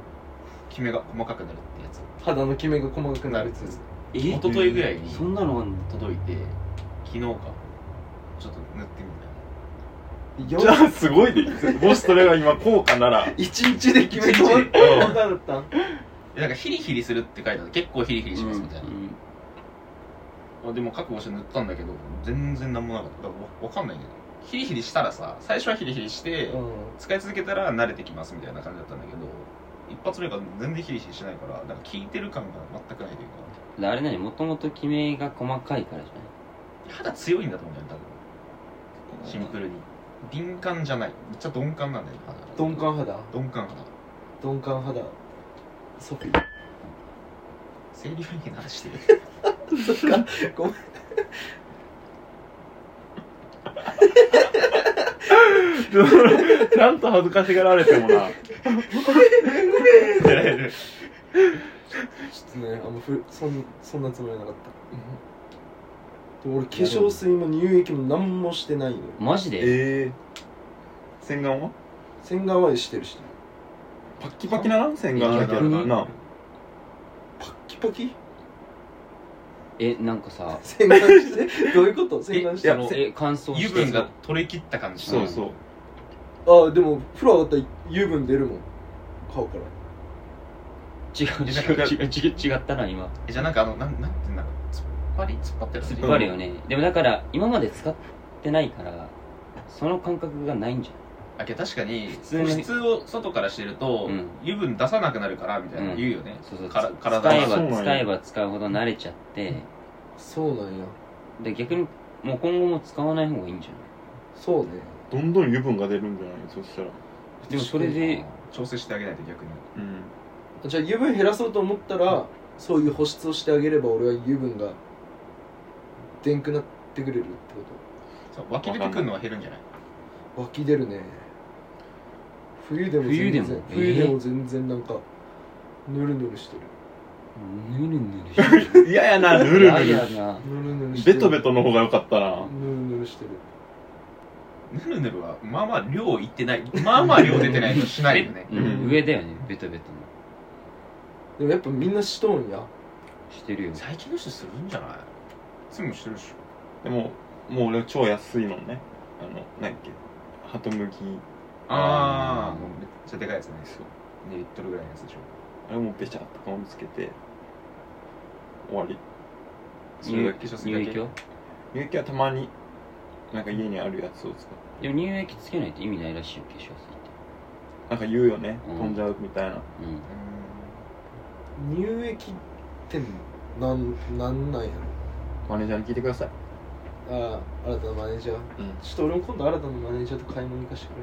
S4: キメが細かくなるってやつ
S1: 肌のキメが細かくなるやつ
S5: え
S4: 一昨日ぐらいに
S5: そんなのあんの
S4: 届いて昨日かちょっと塗ってみた
S1: よ
S3: じゃあすごいでもしそれが今効果なら
S1: 一日でキメが
S4: 一
S1: 細
S4: 日で
S1: かくなるったん
S4: えなんかヒリヒリするって書いてあって結構ヒリヒリしますみたいな
S5: う、ん
S4: あでも覚悟して塗ったんだけど全然なんもなかっただからわわかんないんだよねヒリヒリしたらさ最初はヒリヒリして、
S1: う
S4: 使い続けたら慣れてきますみたいな感じだったんだけど一発目から全然ヒリヒリしないからなんか効いてる感が全くないというか
S5: だからあれ何もともとキメが細かいからじ
S4: 肌強いんだと思うんだよね多分シンプルに敏感じゃないめっちゃ鈍感なんだよね
S1: ん鈍感肌
S4: 肌鈍感肌
S1: 鈍感肌ソフィ
S4: 生理反應の話してる
S1: ーごめん
S3: [LAUGHS] ちゃんと恥ずかしがられてもな
S1: ちょっとねあんまふそんそんなつもりはなかったで俺化粧水も乳液も何もしてないよ
S5: ゃんマジで
S3: ええ洗顔は
S1: 洗顔はしてるし
S3: パッキパキなな洗顔だけど
S5: いや
S3: な
S1: パッキパキ
S5: えなんかさ
S1: 洗顔してどういうこと洗顔して
S5: そのえ乾燥して
S4: 油分が取れ切った感じ
S3: そうそう
S1: あでも風呂上がったら油分出るもん顔から
S5: 違う違う違う違う違ったな今
S4: えじゃあなんかあのなんなんて言うんだろう突っ張り突っ張ってる
S5: 突っ張るよねでもだから今まで使ってないからその感覚がないんじ
S4: あけど確かに普
S5: 通
S4: 通
S5: に
S4: を外からしてると、
S5: うん
S4: 油分出さなくなるからみたいな
S5: うん
S4: 言うよね
S5: ゃんそうそう
S4: から
S5: つ
S4: 体
S5: 使え
S3: そうなん
S5: ば
S3: や
S5: 使えば使うほど慣れちゃって
S1: そうなんや
S5: で逆にもう今後も使わない方がいいんじゃない
S1: そうね
S3: どんどん油分が出るんじゃないそしたら
S5: でもそれで
S4: 調整してあげないと逆に
S3: うん
S1: じゃあ油分減らそうと思ったら、そういう保湿をしてあげれば俺は油分がでんくなってくれるってこ
S4: そう湧き出てくるのは減るんじゃない
S1: と湧き出るね冬でも
S5: 冬でも
S1: 全然
S5: えー
S1: 冬でも全然なんかぬるぬるしてる
S5: ぬるぬるしてる
S3: 嫌やなぬる
S5: 嫌
S3: ぬる
S5: やな
S1: ぬるぬるして
S3: ベ
S1: る
S3: トベトの方が良かったな
S1: ぬるぬるしてる
S4: ぬるぬるはまあまあ量いってないまあまあ量出てないとしないよね
S5: う
S3: うん
S5: ん、上だよねベトベトの
S1: でもやっぱみんなしとんや
S5: してるよ
S4: 最近の人するんじゃないいつもしてるでし
S3: でももう俺超安いのねあの何やっけハトムギ
S4: ょ
S5: あー
S4: ああめっちゃでかいやつね
S3: そう
S4: 2リットルぐらいのやつでしょ
S3: あれもうべちゃっと顔につけて終わり
S4: それだけ
S5: 乳
S4: そ
S5: 乳
S4: れだけ
S5: 液は
S3: 乳液はたまになんか家にあるやつを使う
S5: でも乳液つけないと意味ないらしいよ化粧水って
S3: なんか言うよね、
S5: うん
S3: 飛んじゃうみたいな
S5: うん
S1: 乳液ってなんなんなんや
S3: マネージャーに聞いてください
S1: ろああ新たなマネージャー
S3: うん
S1: ちょっと俺も今度新たなマネージャーと買い物行かしてくれ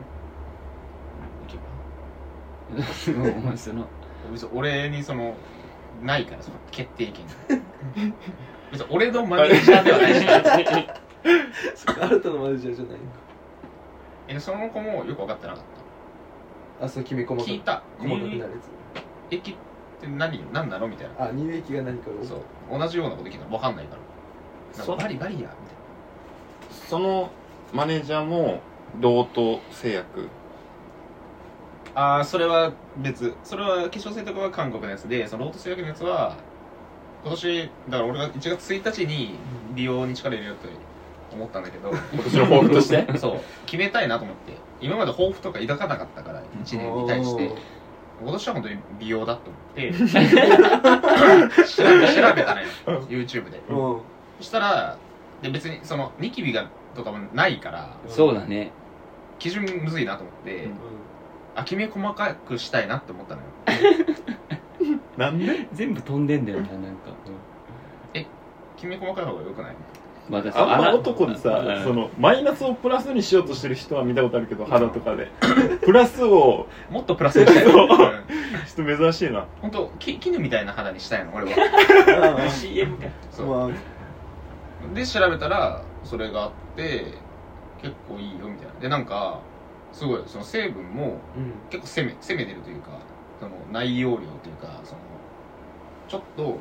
S5: [LAUGHS] お前その
S4: 別に俺にそのないからその決定
S5: [LAUGHS]
S4: 権が別に俺のマネージャーではないし
S1: [LAUGHS] そっか新たなマネージャーじゃないのか
S4: えその子もよく分かってなかっ
S1: あそうきめ細か
S4: た
S1: く
S4: 聞い
S1: 細
S4: た
S1: かくなる
S4: 乳
S1: やつ
S4: 液って何何なのみたいな
S1: あ乳液が何かを
S4: そう同じようなこと聞いたら分かんないからなんか
S3: そう
S4: バリバリやみたい
S3: そのマネージャーも同等製薬
S4: なああそれは別それは化粧水とかは韓国のやつでそのロート製薬のやつは今年だから俺が1月1日に美容に力入れようと思ったんだけど
S3: [LAUGHS] 今年の抱負として
S4: そう決めたいなと思って今まで抱負とか抱かなかったから1年に対して今年は本当に美容だと思って調べ調べたね YouTube で
S1: おーうん
S4: そしたらで別にそのニキビがとかもないから
S5: そうだね
S4: 基準むずいなと思って、
S3: うん
S4: あきめ細かくしたいなって思ったのよ
S3: なんで
S5: 全部飛んでんだよななんか
S4: きめ細かい方がよくない
S5: また
S3: あんま
S5: 穴
S3: 男で
S5: う
S3: さ
S5: ん
S3: そのマイナスをプラスにしようとしてる人は見たことあるけど肌とかでプラスを
S4: もっとプラスにしたい
S3: [LAUGHS] そう
S4: 本
S3: ちょっと珍しいな
S4: 当、ほんとき絹みたいな肌にしたいの俺は
S1: あ
S5: CM か
S1: ー
S4: そう
S1: まあ
S4: で調べたらそれがあって結構いいよみたいなでなんかすごいその成分も
S1: うん
S4: 結構攻め攻めてるというかその内容量というかそのちょっと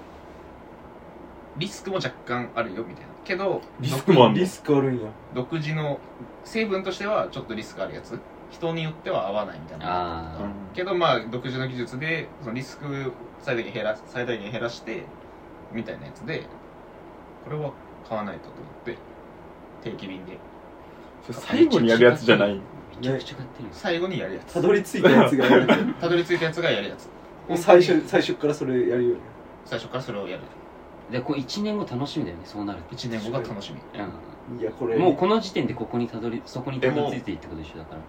S4: リスクも若干あるよみたいなけど
S3: リスクもあんの
S1: リスクあるんや
S4: 独自の成分としてはちょっとリスクあるやつ人によっては合わないみたいな
S5: あ
S4: けどまあ独自の技術でそのリスクを最大限減らす最大限減らしてみたいなやつでこれは買わないとと思って定期便で
S3: それ最後にやるやつじゃない
S5: あめちゃくちゃ買ってるよ
S4: 最後にやるやつ
S1: たどり着いたやつがやる
S4: たどり着いたやつがやるやつ
S1: [LAUGHS] もう最初最初からそれやるよね
S4: 最初からそれをやる
S5: でこう1年後楽しみだよねそうなると
S4: 1年後が楽しみ
S1: いやこれ
S5: うんもうこの時点でここにたどりそこにたどり着いていいってことでしょだから
S3: うん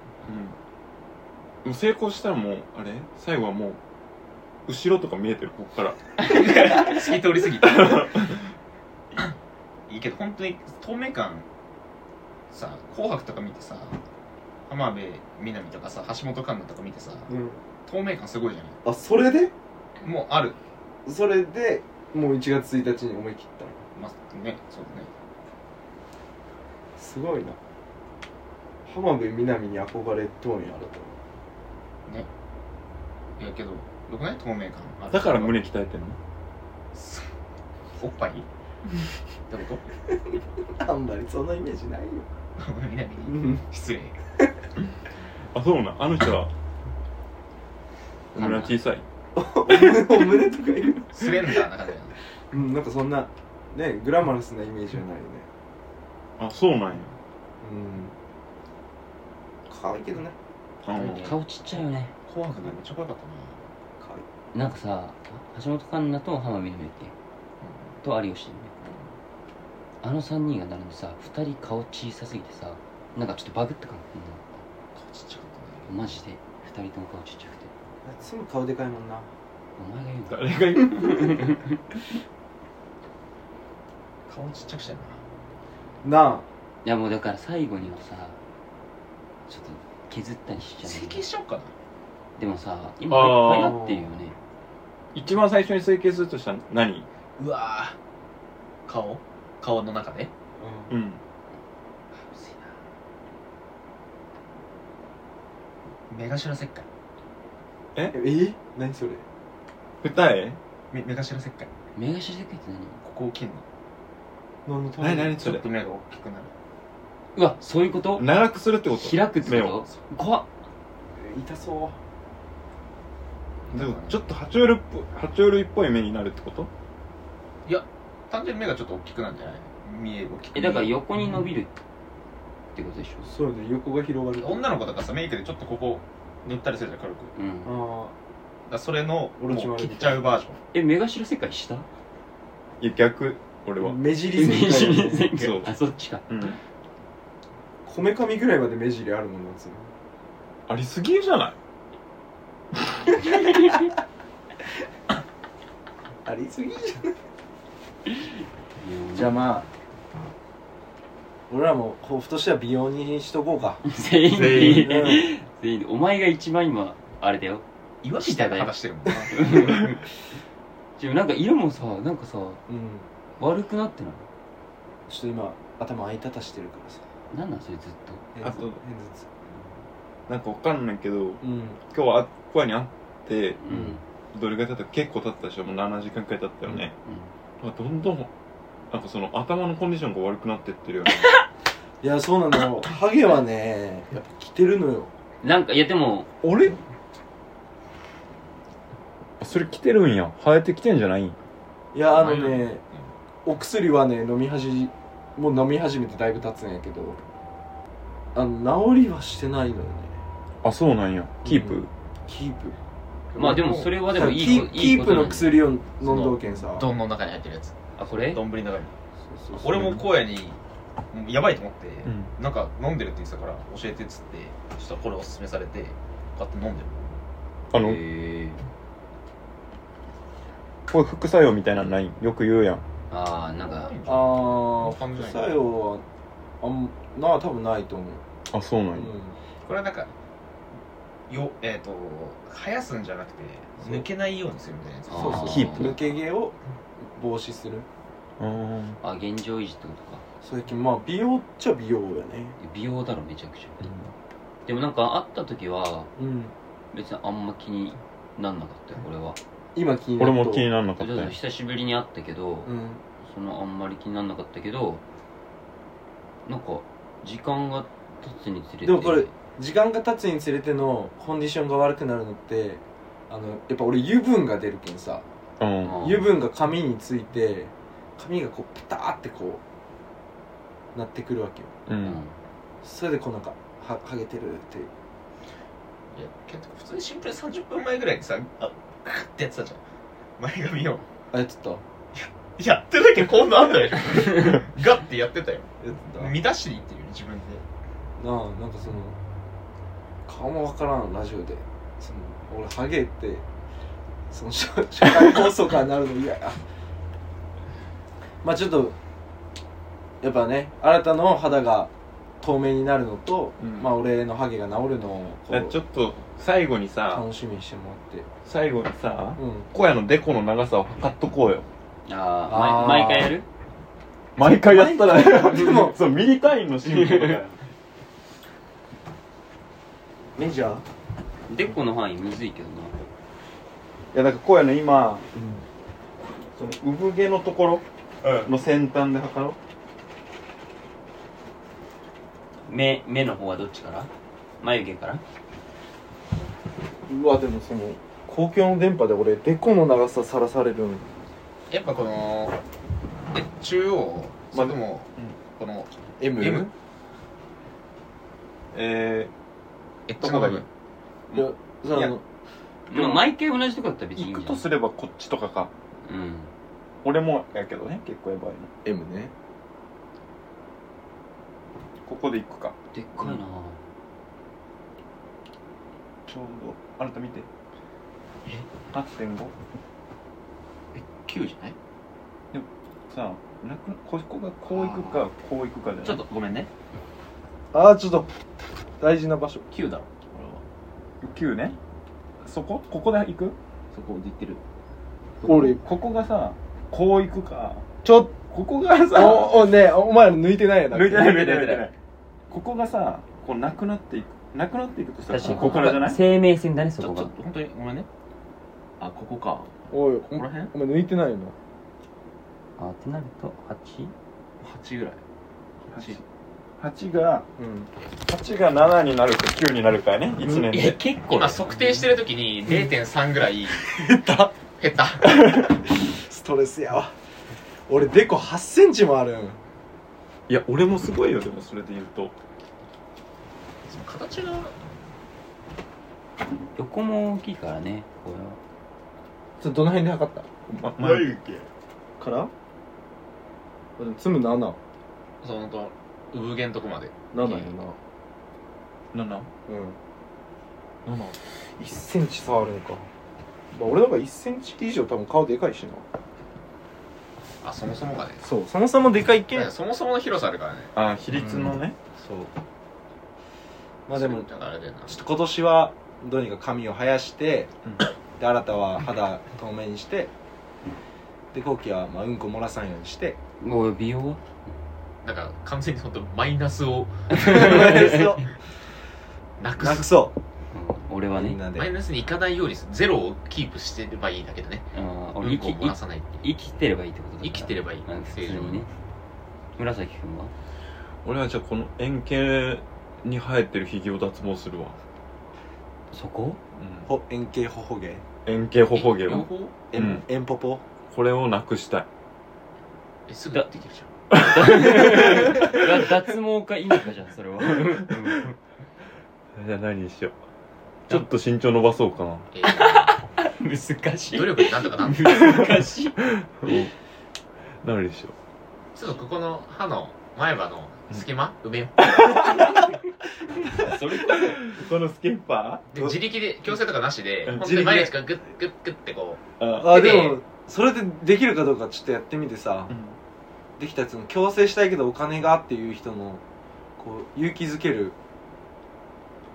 S3: もう成功したらもうあれ最後はもう後ろとか見えてるこっから
S4: [LAUGHS] 透き通りすぎていい [COUGHS] けど本当に透明感さ紅白とか見てさ浜辺美波とかさ橋本環奈とか見てさ
S1: うん
S4: 透明感すごいじゃな
S1: あそれで
S4: いもうある
S1: それでもう1月1日に思い切ったの
S4: まあねそうだね
S1: すごいな浜辺美波に憧れとんやろと
S4: いやけどよくない透明感ある
S3: だから胸鍛えてんの
S4: おっぱいってこ
S1: [LAUGHS]
S4: と
S1: あんまりそんなイメージないよ
S4: [LAUGHS] 南
S1: う
S4: に
S1: ん
S4: 失礼
S3: あそうなんあの人は胸小さい
S1: [LAUGHS] お胸とかいる
S4: スレンダーな感じだな
S1: うんなんかそんなねグラマラスなイメージはないよね
S3: あそうなんや
S1: うん可愛いけどね
S3: あの
S5: 顔ちっちゃいよね
S4: 紅白のめっちゃ怖かったな
S1: 可愛い
S5: なんかさ橋本環奈と浜辺美波だっけと有吉だよねあの3人が並んでさ2人顔小さすぎてさなんかちょっとバグった感じになっ
S4: 顔ちっちゃかった
S5: たマジで2人とも顔ちっちゃくて
S1: あいつも顔でかいもんな
S5: お前が言うの
S3: 誰が言う
S4: 顔ちっちゃくしてんな
S7: なあ
S5: いやもうだから最後にはさちょっと削ったりしちゃ
S4: 整
S5: う
S4: 形しちゃおうかな
S5: でもさ今
S3: あー
S5: 流行ってるよね
S3: 一番最初に整形するとしたら何
S4: うわー顔顔の中で
S3: うん
S4: むずいな目頭切開
S7: え何それ
S3: 二重
S4: 目目頭切開
S5: 目頭世界って何
S4: ここを切るの
S7: 何のた
S3: 何何
S4: ち
S3: そ
S4: ょっ
S3: れ
S4: と目が大きくなる
S5: うわそういうこと
S3: 長くするってこと
S5: 開くって
S3: 目
S5: こ
S3: を
S5: と怖っ
S7: 痛そ
S3: でもちょっと爬虫類っぽい爬虫類っぽい目になるってこと
S4: 単純に目がちょっと大きくなるんじゃない見え大きく見
S5: えだから横に伸びるってことでし
S7: う
S5: ょ
S7: そうね横が広がる
S4: 女の子とかさメイクでちょっとここ塗ったりするじゃん軽くだか
S5: うん
S7: あ
S4: らそれの
S7: オロチ
S4: も
S7: マ
S4: う
S7: ル
S4: 切っちゃうバージョン
S5: え目頭世界した
S3: いや逆俺
S7: あ
S3: は
S7: 目尻
S5: 目
S7: 全
S5: 尻
S7: 体
S5: 世
S3: そう
S5: 界あそっちか
S3: うん
S7: こめかみぐらいまで目尻あるもんなんですよ
S3: ありすぎじゃない
S7: ありすぎじ
S1: じゃあまあ俺らも抱負としては美容にしとこうか
S5: 全員
S3: 全
S5: で
S7: う
S3: 員
S7: ん
S5: 全員でお前が一番今あれだよ
S4: 岩みたいな肌してるもんな
S5: でもなんか色もさなんかさ
S1: うん
S5: 悪くなってない
S1: ちょっと今頭あいたたしてるからさ
S5: なんなんそれずっと
S1: 片
S3: あ
S1: 頭
S3: そう
S1: 痛
S3: なんかわかんないけど
S1: うん
S3: 今日は声に会って
S5: うん、
S1: うん
S3: どれが経ったか結構経ってたでしょもう7時間くらい経ったよね、なんかどんどんなんかその頭のコンディションが悪くなってって [LAUGHS] るよね
S1: いやそうなのよハゲはねやっぱ着てるのよ
S5: うんなんかいやでも
S3: 俺それ来てるんや生えてきてんじゃないん
S1: いやあのねお薬はね飲み始めもう飲み始めてだいぶ経つんやけどあの治りはしてないのよね
S3: あそうなんやキープ、
S1: うんキープ
S5: まあでもそれはでもい
S1: キ
S5: いこ
S1: ー
S5: とい
S1: キ
S5: い
S1: ー
S5: こ
S1: プ
S5: と
S1: の
S5: なんだよ
S1: 薬を飲んどうけんさ
S4: 丼の中に入ってるやつ
S5: あこれ
S4: 丼の中に
S1: そうそうそう
S4: 俺も荒野にもうやばいと思って、
S3: うん
S4: なんか飲んでるって言ってたから教えてっつってちょっとこれおすすめされて買って飲んでる
S3: あの、
S5: へえ
S3: これ副作用みたいなのないんよく言うやん
S5: ああなんか
S1: あ
S4: こんな感
S1: ー
S4: じ
S1: 副
S4: じゃない
S1: 作用はあんな多分ないと思う、
S3: あそうなんや、
S4: これはなんかよえっ、と生やすんじゃなくて抜けないようにするみたいなやつ
S5: あ
S1: そうそう
S5: ー
S3: キープ
S1: 抜け毛を防止する
S3: うん
S5: あ現状維持ってことか
S1: 最近まあ美容っちゃ美容やね
S5: 美容だろめちゃくちゃでもなんか会った時は
S1: うん
S5: 別にあんま気になんなかったよ俺は
S1: 今気にな
S3: 俺
S1: る
S3: も気にならなか
S5: ち
S3: っ
S5: ょ
S3: た
S5: っ
S3: よ
S5: と久しぶりに会ったけど、
S1: うん
S5: そのあんまり気にならなかったけどなんか時間が経つにつれて
S1: でもこれ時間が経つにつれてのコンディションが悪くなるのってあのやっぱ俺油分が出るけんさ
S3: うん
S5: あー
S1: 油分が髪について髪がこうピターってこうなってくるわけよ
S3: う
S5: うん
S3: ん
S1: それでこうなんかははげてるって
S4: いや結構普通にシンプルに30分前ぐらいにさあクッってやってたじゃん前髪を
S1: あやってたや
S4: やってなきゃこんなんあん [LAUGHS] ないでしょガッてやってたよ
S1: ってた
S4: 見出しにいってるよ自分で
S1: なあなんかその顔もわからんラジオでその俺ハゲってその社社会放送からなるの嫌や [LAUGHS] まあちょっとやっぱね新たの肌が透明になるのと、
S3: うん
S1: まあ俺のハゲが治るのをこ
S3: えちょ
S1: う
S3: っと最後にさ
S1: 楽しみにしてもらって
S3: 最後にさ
S1: うん
S3: 小屋のデコの長さを測っとこうよ
S5: あ
S1: あー
S5: あ毎回やる
S3: 毎回やったら
S1: でも
S3: [LAUGHS] そうミリ単位の進 [LAUGHS] 歩とか
S1: メジャー
S5: でこの範囲むずいけどない
S3: やだからこうやの今、その産毛のところの先端で測ろ
S5: 目目の方はどっちから眉毛から
S3: う、うわでもその公共の電波で俺デコの長ささらされるん
S4: やっぱこのえ中央それとも、この
S1: M?
S4: M?
S3: え
S4: エッジの部分
S1: いやそ
S3: いや
S1: の
S5: でも毎回同じとこだったら別
S3: ー、
S5: にいい
S3: 行
S5: ん
S3: く
S5: じゃ
S3: と
S5: ない
S3: すればこっちとかか
S5: うん
S3: 俺もやけどね結構やばいな
S1: M ね
S3: ここで行くか
S5: でっかいな、
S3: ちょうどあなた見てえ8.5
S5: 九じゃない
S3: さあなくここがこう行くかこう行くかじゃない
S4: ちょっとごめんね
S3: ああちょっと大事な場所
S4: 9だろ俺は
S3: 9ねそこここで行く
S4: そこで言ってる
S3: 俺ここがさこう行くか
S1: ちょっ
S3: ここが [LAUGHS]
S1: と、
S3: さ
S1: お、おね、お前ら抜いてないやだ
S3: 抜いてない抜いてない抜
S4: 抜
S3: い
S4: い
S3: て
S4: て
S3: な
S4: ない
S3: ここがさこうなくなっていくなくなっていくとしたら
S5: 確か
S3: こ
S5: に
S3: こからじゃない
S5: 生命線だねそ
S4: ちょ
S5: こ
S4: ちょ
S5: が
S4: っと本当にごめんねあここか
S1: おい、
S4: ここら辺
S1: お前抜いてないの。
S5: あってなると 8?
S4: 8ぐらい
S3: 八八が八が七になるか九になるかやね一年で
S5: 結構
S4: 今測定してる時に0.3ぐらい減った
S1: ストレスやわ。俺、デコ8センチもあるん。
S3: いや俺もすごいよでもそれで言うと
S4: その形が
S5: 横も大きいからねこれは
S1: それどの辺で測った
S3: ま
S1: 眉からでも、積む7。
S4: そのと産毛のとこまで
S1: 7やな。
S3: 七
S1: うん。
S3: 七
S1: 1センチ差あるのか。まあ、俺の方が1センチ以上多分顔でかいしな。
S4: あそもそもがね
S1: そう、そもそもでかいけ
S4: いやそもそもの広さあるからね
S3: あ比率のね
S1: そう。まあでも、
S4: そういうのあれだよな
S1: ちょっと今年はどうにか髪を生やして、
S3: うん
S1: で新たは肌透明にしてで後期はまあうんこ漏らさんように [LAUGHS] して
S5: もう美容は
S4: なんか完全に本当マイナスをなく
S1: なく
S4: す
S1: そ
S5: うん俺は
S1: うみ
S5: ね
S1: んなで
S4: マイナスにいかないようにすゼロをキープしてればいいだけどね
S5: あー
S4: う
S5: 俺
S4: ん
S5: 生
S4: こを
S5: き
S4: 漏らさないっていう
S5: 生きてればいいってことだから
S4: 生きてればいい
S5: うん普通にね紫くんは
S3: 俺はじゃあこの円形に生えてるひげを脱毛するわ、
S5: そ [LAUGHS] こ
S3: うん、
S1: ほ円形ほほ毛
S3: 円形ほほ毛
S4: 両
S3: を
S4: 方
S1: え
S3: うん
S1: ん、円ぽぽ
S3: これをなくしたい
S4: えすぐできるじゃ、
S5: だ脱毛か否かじゃんそれはうん
S3: じゃあ何にしようちょっと身長伸ばそう [LAUGHS] かなん
S4: えー
S5: 難しい
S4: 努力でなんとかなんちょ [LAUGHS]
S5: 難しい
S3: 何にしよ
S4: っとここの歯の前歯の隙間埋めよ
S5: それこ
S3: うこのスキッパ
S4: うで自力で矯正とかなしで
S3: うん
S4: 本当に毎日からグッグッグッってこ
S3: ーあ
S1: あ
S4: で
S1: でもそれでできるかどうかちょっとやってみてさできたやつの強制したいけどお金がっていう人のこう勇気づける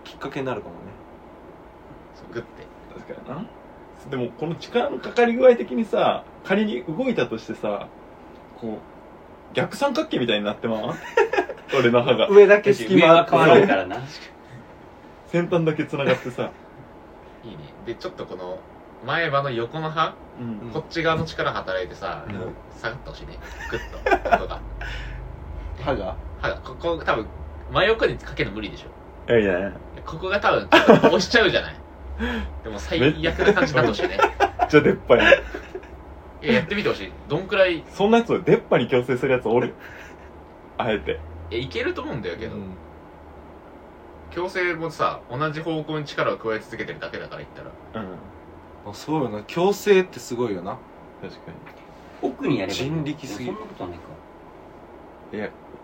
S1: きっかけになるかもね
S4: うそうグッて
S3: 確かになでもこの力のかかり具合的にさ仮に動いたとしてさこう逆三角形みたいになって [LAUGHS] まん俺の歯が
S1: 上だけ
S5: そ
S1: 隙
S5: 上
S1: 間あっ
S5: は
S1: て
S5: 変わるからな
S3: 先端だけ繋がってさ、
S4: いいねでちょっとこの前歯の横の歯
S3: うん、
S4: こっち側の力働いてさ、
S3: うん
S4: こう下がってほしいねグッとここが
S1: 歯が
S4: 歯がここ多分真横にかけるの無理でしょ
S3: いやいやいや
S4: ここが多分ちょっと押しちゃうじゃないでも最悪な感じになってほしいね
S3: じゃあ出っ歯や
S4: いややってみてほしいどんくらいい
S3: そんなやつを出っ歯に矯正するやつおるあえて
S4: やいけると思うんだよけど、
S1: うん
S4: 矯正もさ同じ方向に力を加え続けてるだけだから言ったら
S3: うん
S1: あそうよな強制ってすごいよな
S3: 確かに
S5: 奥にやればいい
S1: 人力すぎる
S5: そんなことないか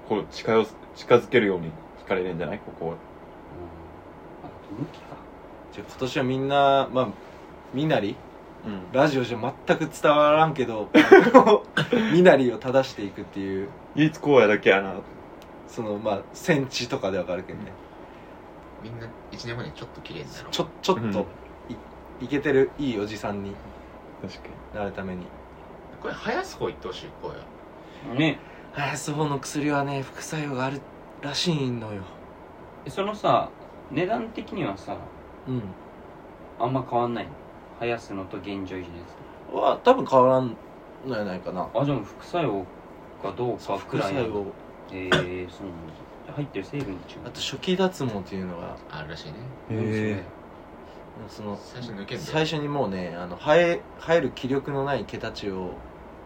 S3: こう近よ近づけるように引かれるんじゃないここは
S5: うんあ向きか
S1: じゃあ今年はみんなまあみなり
S3: うん
S1: ラジオじゃ全く伝わらんけどみなりを正していくっていう
S3: 唯一こうやだけやな
S1: そのまあセンチとかでわかるけどね
S4: みんな1年後にちょっと綺麗になろう
S1: ちょちょっと、
S3: うん
S1: いいけてるいいおじさんに
S3: 確か
S1: なるために
S4: これ生やす方行ってほしいこうよ
S5: ね
S1: ハヤスボの薬はね副作用があるらしいのよ
S5: そのさ値段的にはさ
S1: うん
S5: あんま変わんないの生やすのと現状維持のや
S1: は多分変わらんのやないかな
S5: つあじゃあもう副作用がどうかく
S1: 副
S5: ら
S1: 作
S5: いなんだ
S1: 用
S5: えー、そうなんだじゃあ入ってる成分に違う
S1: あと初期脱毛っていうのが
S4: あるらしいね
S3: に
S5: へ
S1: その
S4: 最初抜けんだよ
S1: 最初にもうねあの生え生える気力のない毛たちを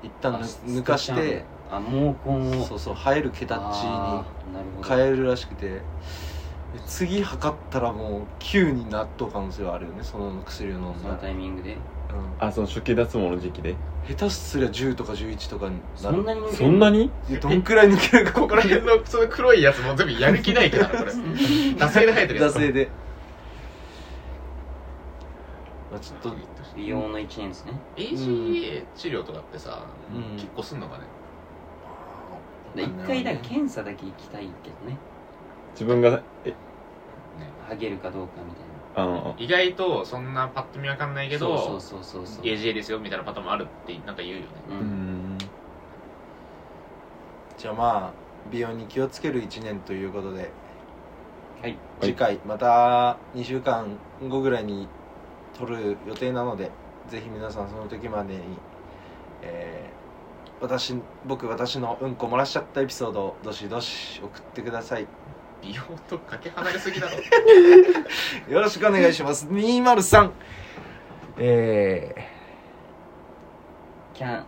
S1: 一旦
S5: あ
S1: 抜抜かして
S5: あ毛根を
S1: そうそう生える毛たちに
S5: あーなるほど
S1: 変えるらしくてで次測ったらもう9になっとう可能性はあるよねその薬を飲ん
S5: そ
S1: だ
S5: の
S1: ら、
S5: タイミングで
S1: う
S3: あその初期脱毛の時期で
S1: ん、下手すりゃ10とか11とかにな
S5: そん
S1: る
S5: なに抜ける
S3: そんなに
S1: でどんくらい抜けるか
S4: こ
S1: こ
S4: こ
S1: こ
S4: ら
S1: ら辺
S4: 辺のその黒いやつも全部やる気ないけどなこれ惰性で生えてるや
S1: 惰
S4: つ
S1: 性
S5: [LAUGHS]
S1: で、まあ、ちょっと
S5: 美容の1年ですね
S4: ACA 治療とかってさ、
S1: うん
S4: 結構すんのかね
S5: で一回だから検査だけ行きたいけどね
S3: 自分がえ
S5: ハゲるかどうかみたいな
S3: あの
S4: 意外とそんなパッと見わかんないけど
S5: そうそうそうそうそう
S4: AJ ですよみたいなパターンもあるってなんか言うよね
S5: う
S3: うんん
S1: じゃあまあ美容に気をつける1年ということで
S5: はい
S1: 次回また2週間後ぐらいに撮る予定なのでぜひ皆さんその時までに、えー私僕私のうんこ漏らしちゃったエピソードをどしどし送ってください
S4: 美容とかけ離れすぎだろ
S1: よろしくお願いします203え
S5: キャン
S1: ー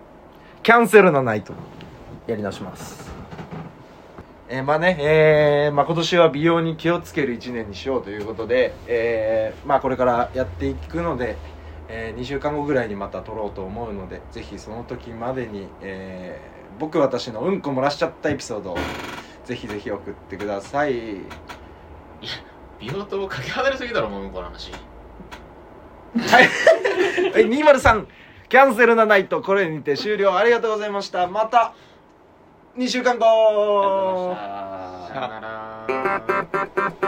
S1: キャンセルのナイトやり直しますえーまあね、えーまあ、今年は美容に気をつける1年にしようということで、えーまあ、これからやっていくので、え2週間後ぐらいにまた撮ろうと思うのでぜひその時までに、えー僕私のうんこ漏らしちゃったエピソードをぜひぜひ送ってください [LAUGHS]
S4: 美容とかけ離れすぎだろもう向こうの話
S1: はい、203キャンセルなナイトこれにて終了ありがとうございましたまた2週間
S5: ありがとうご
S1: 後
S5: ざいました
S4: さよなら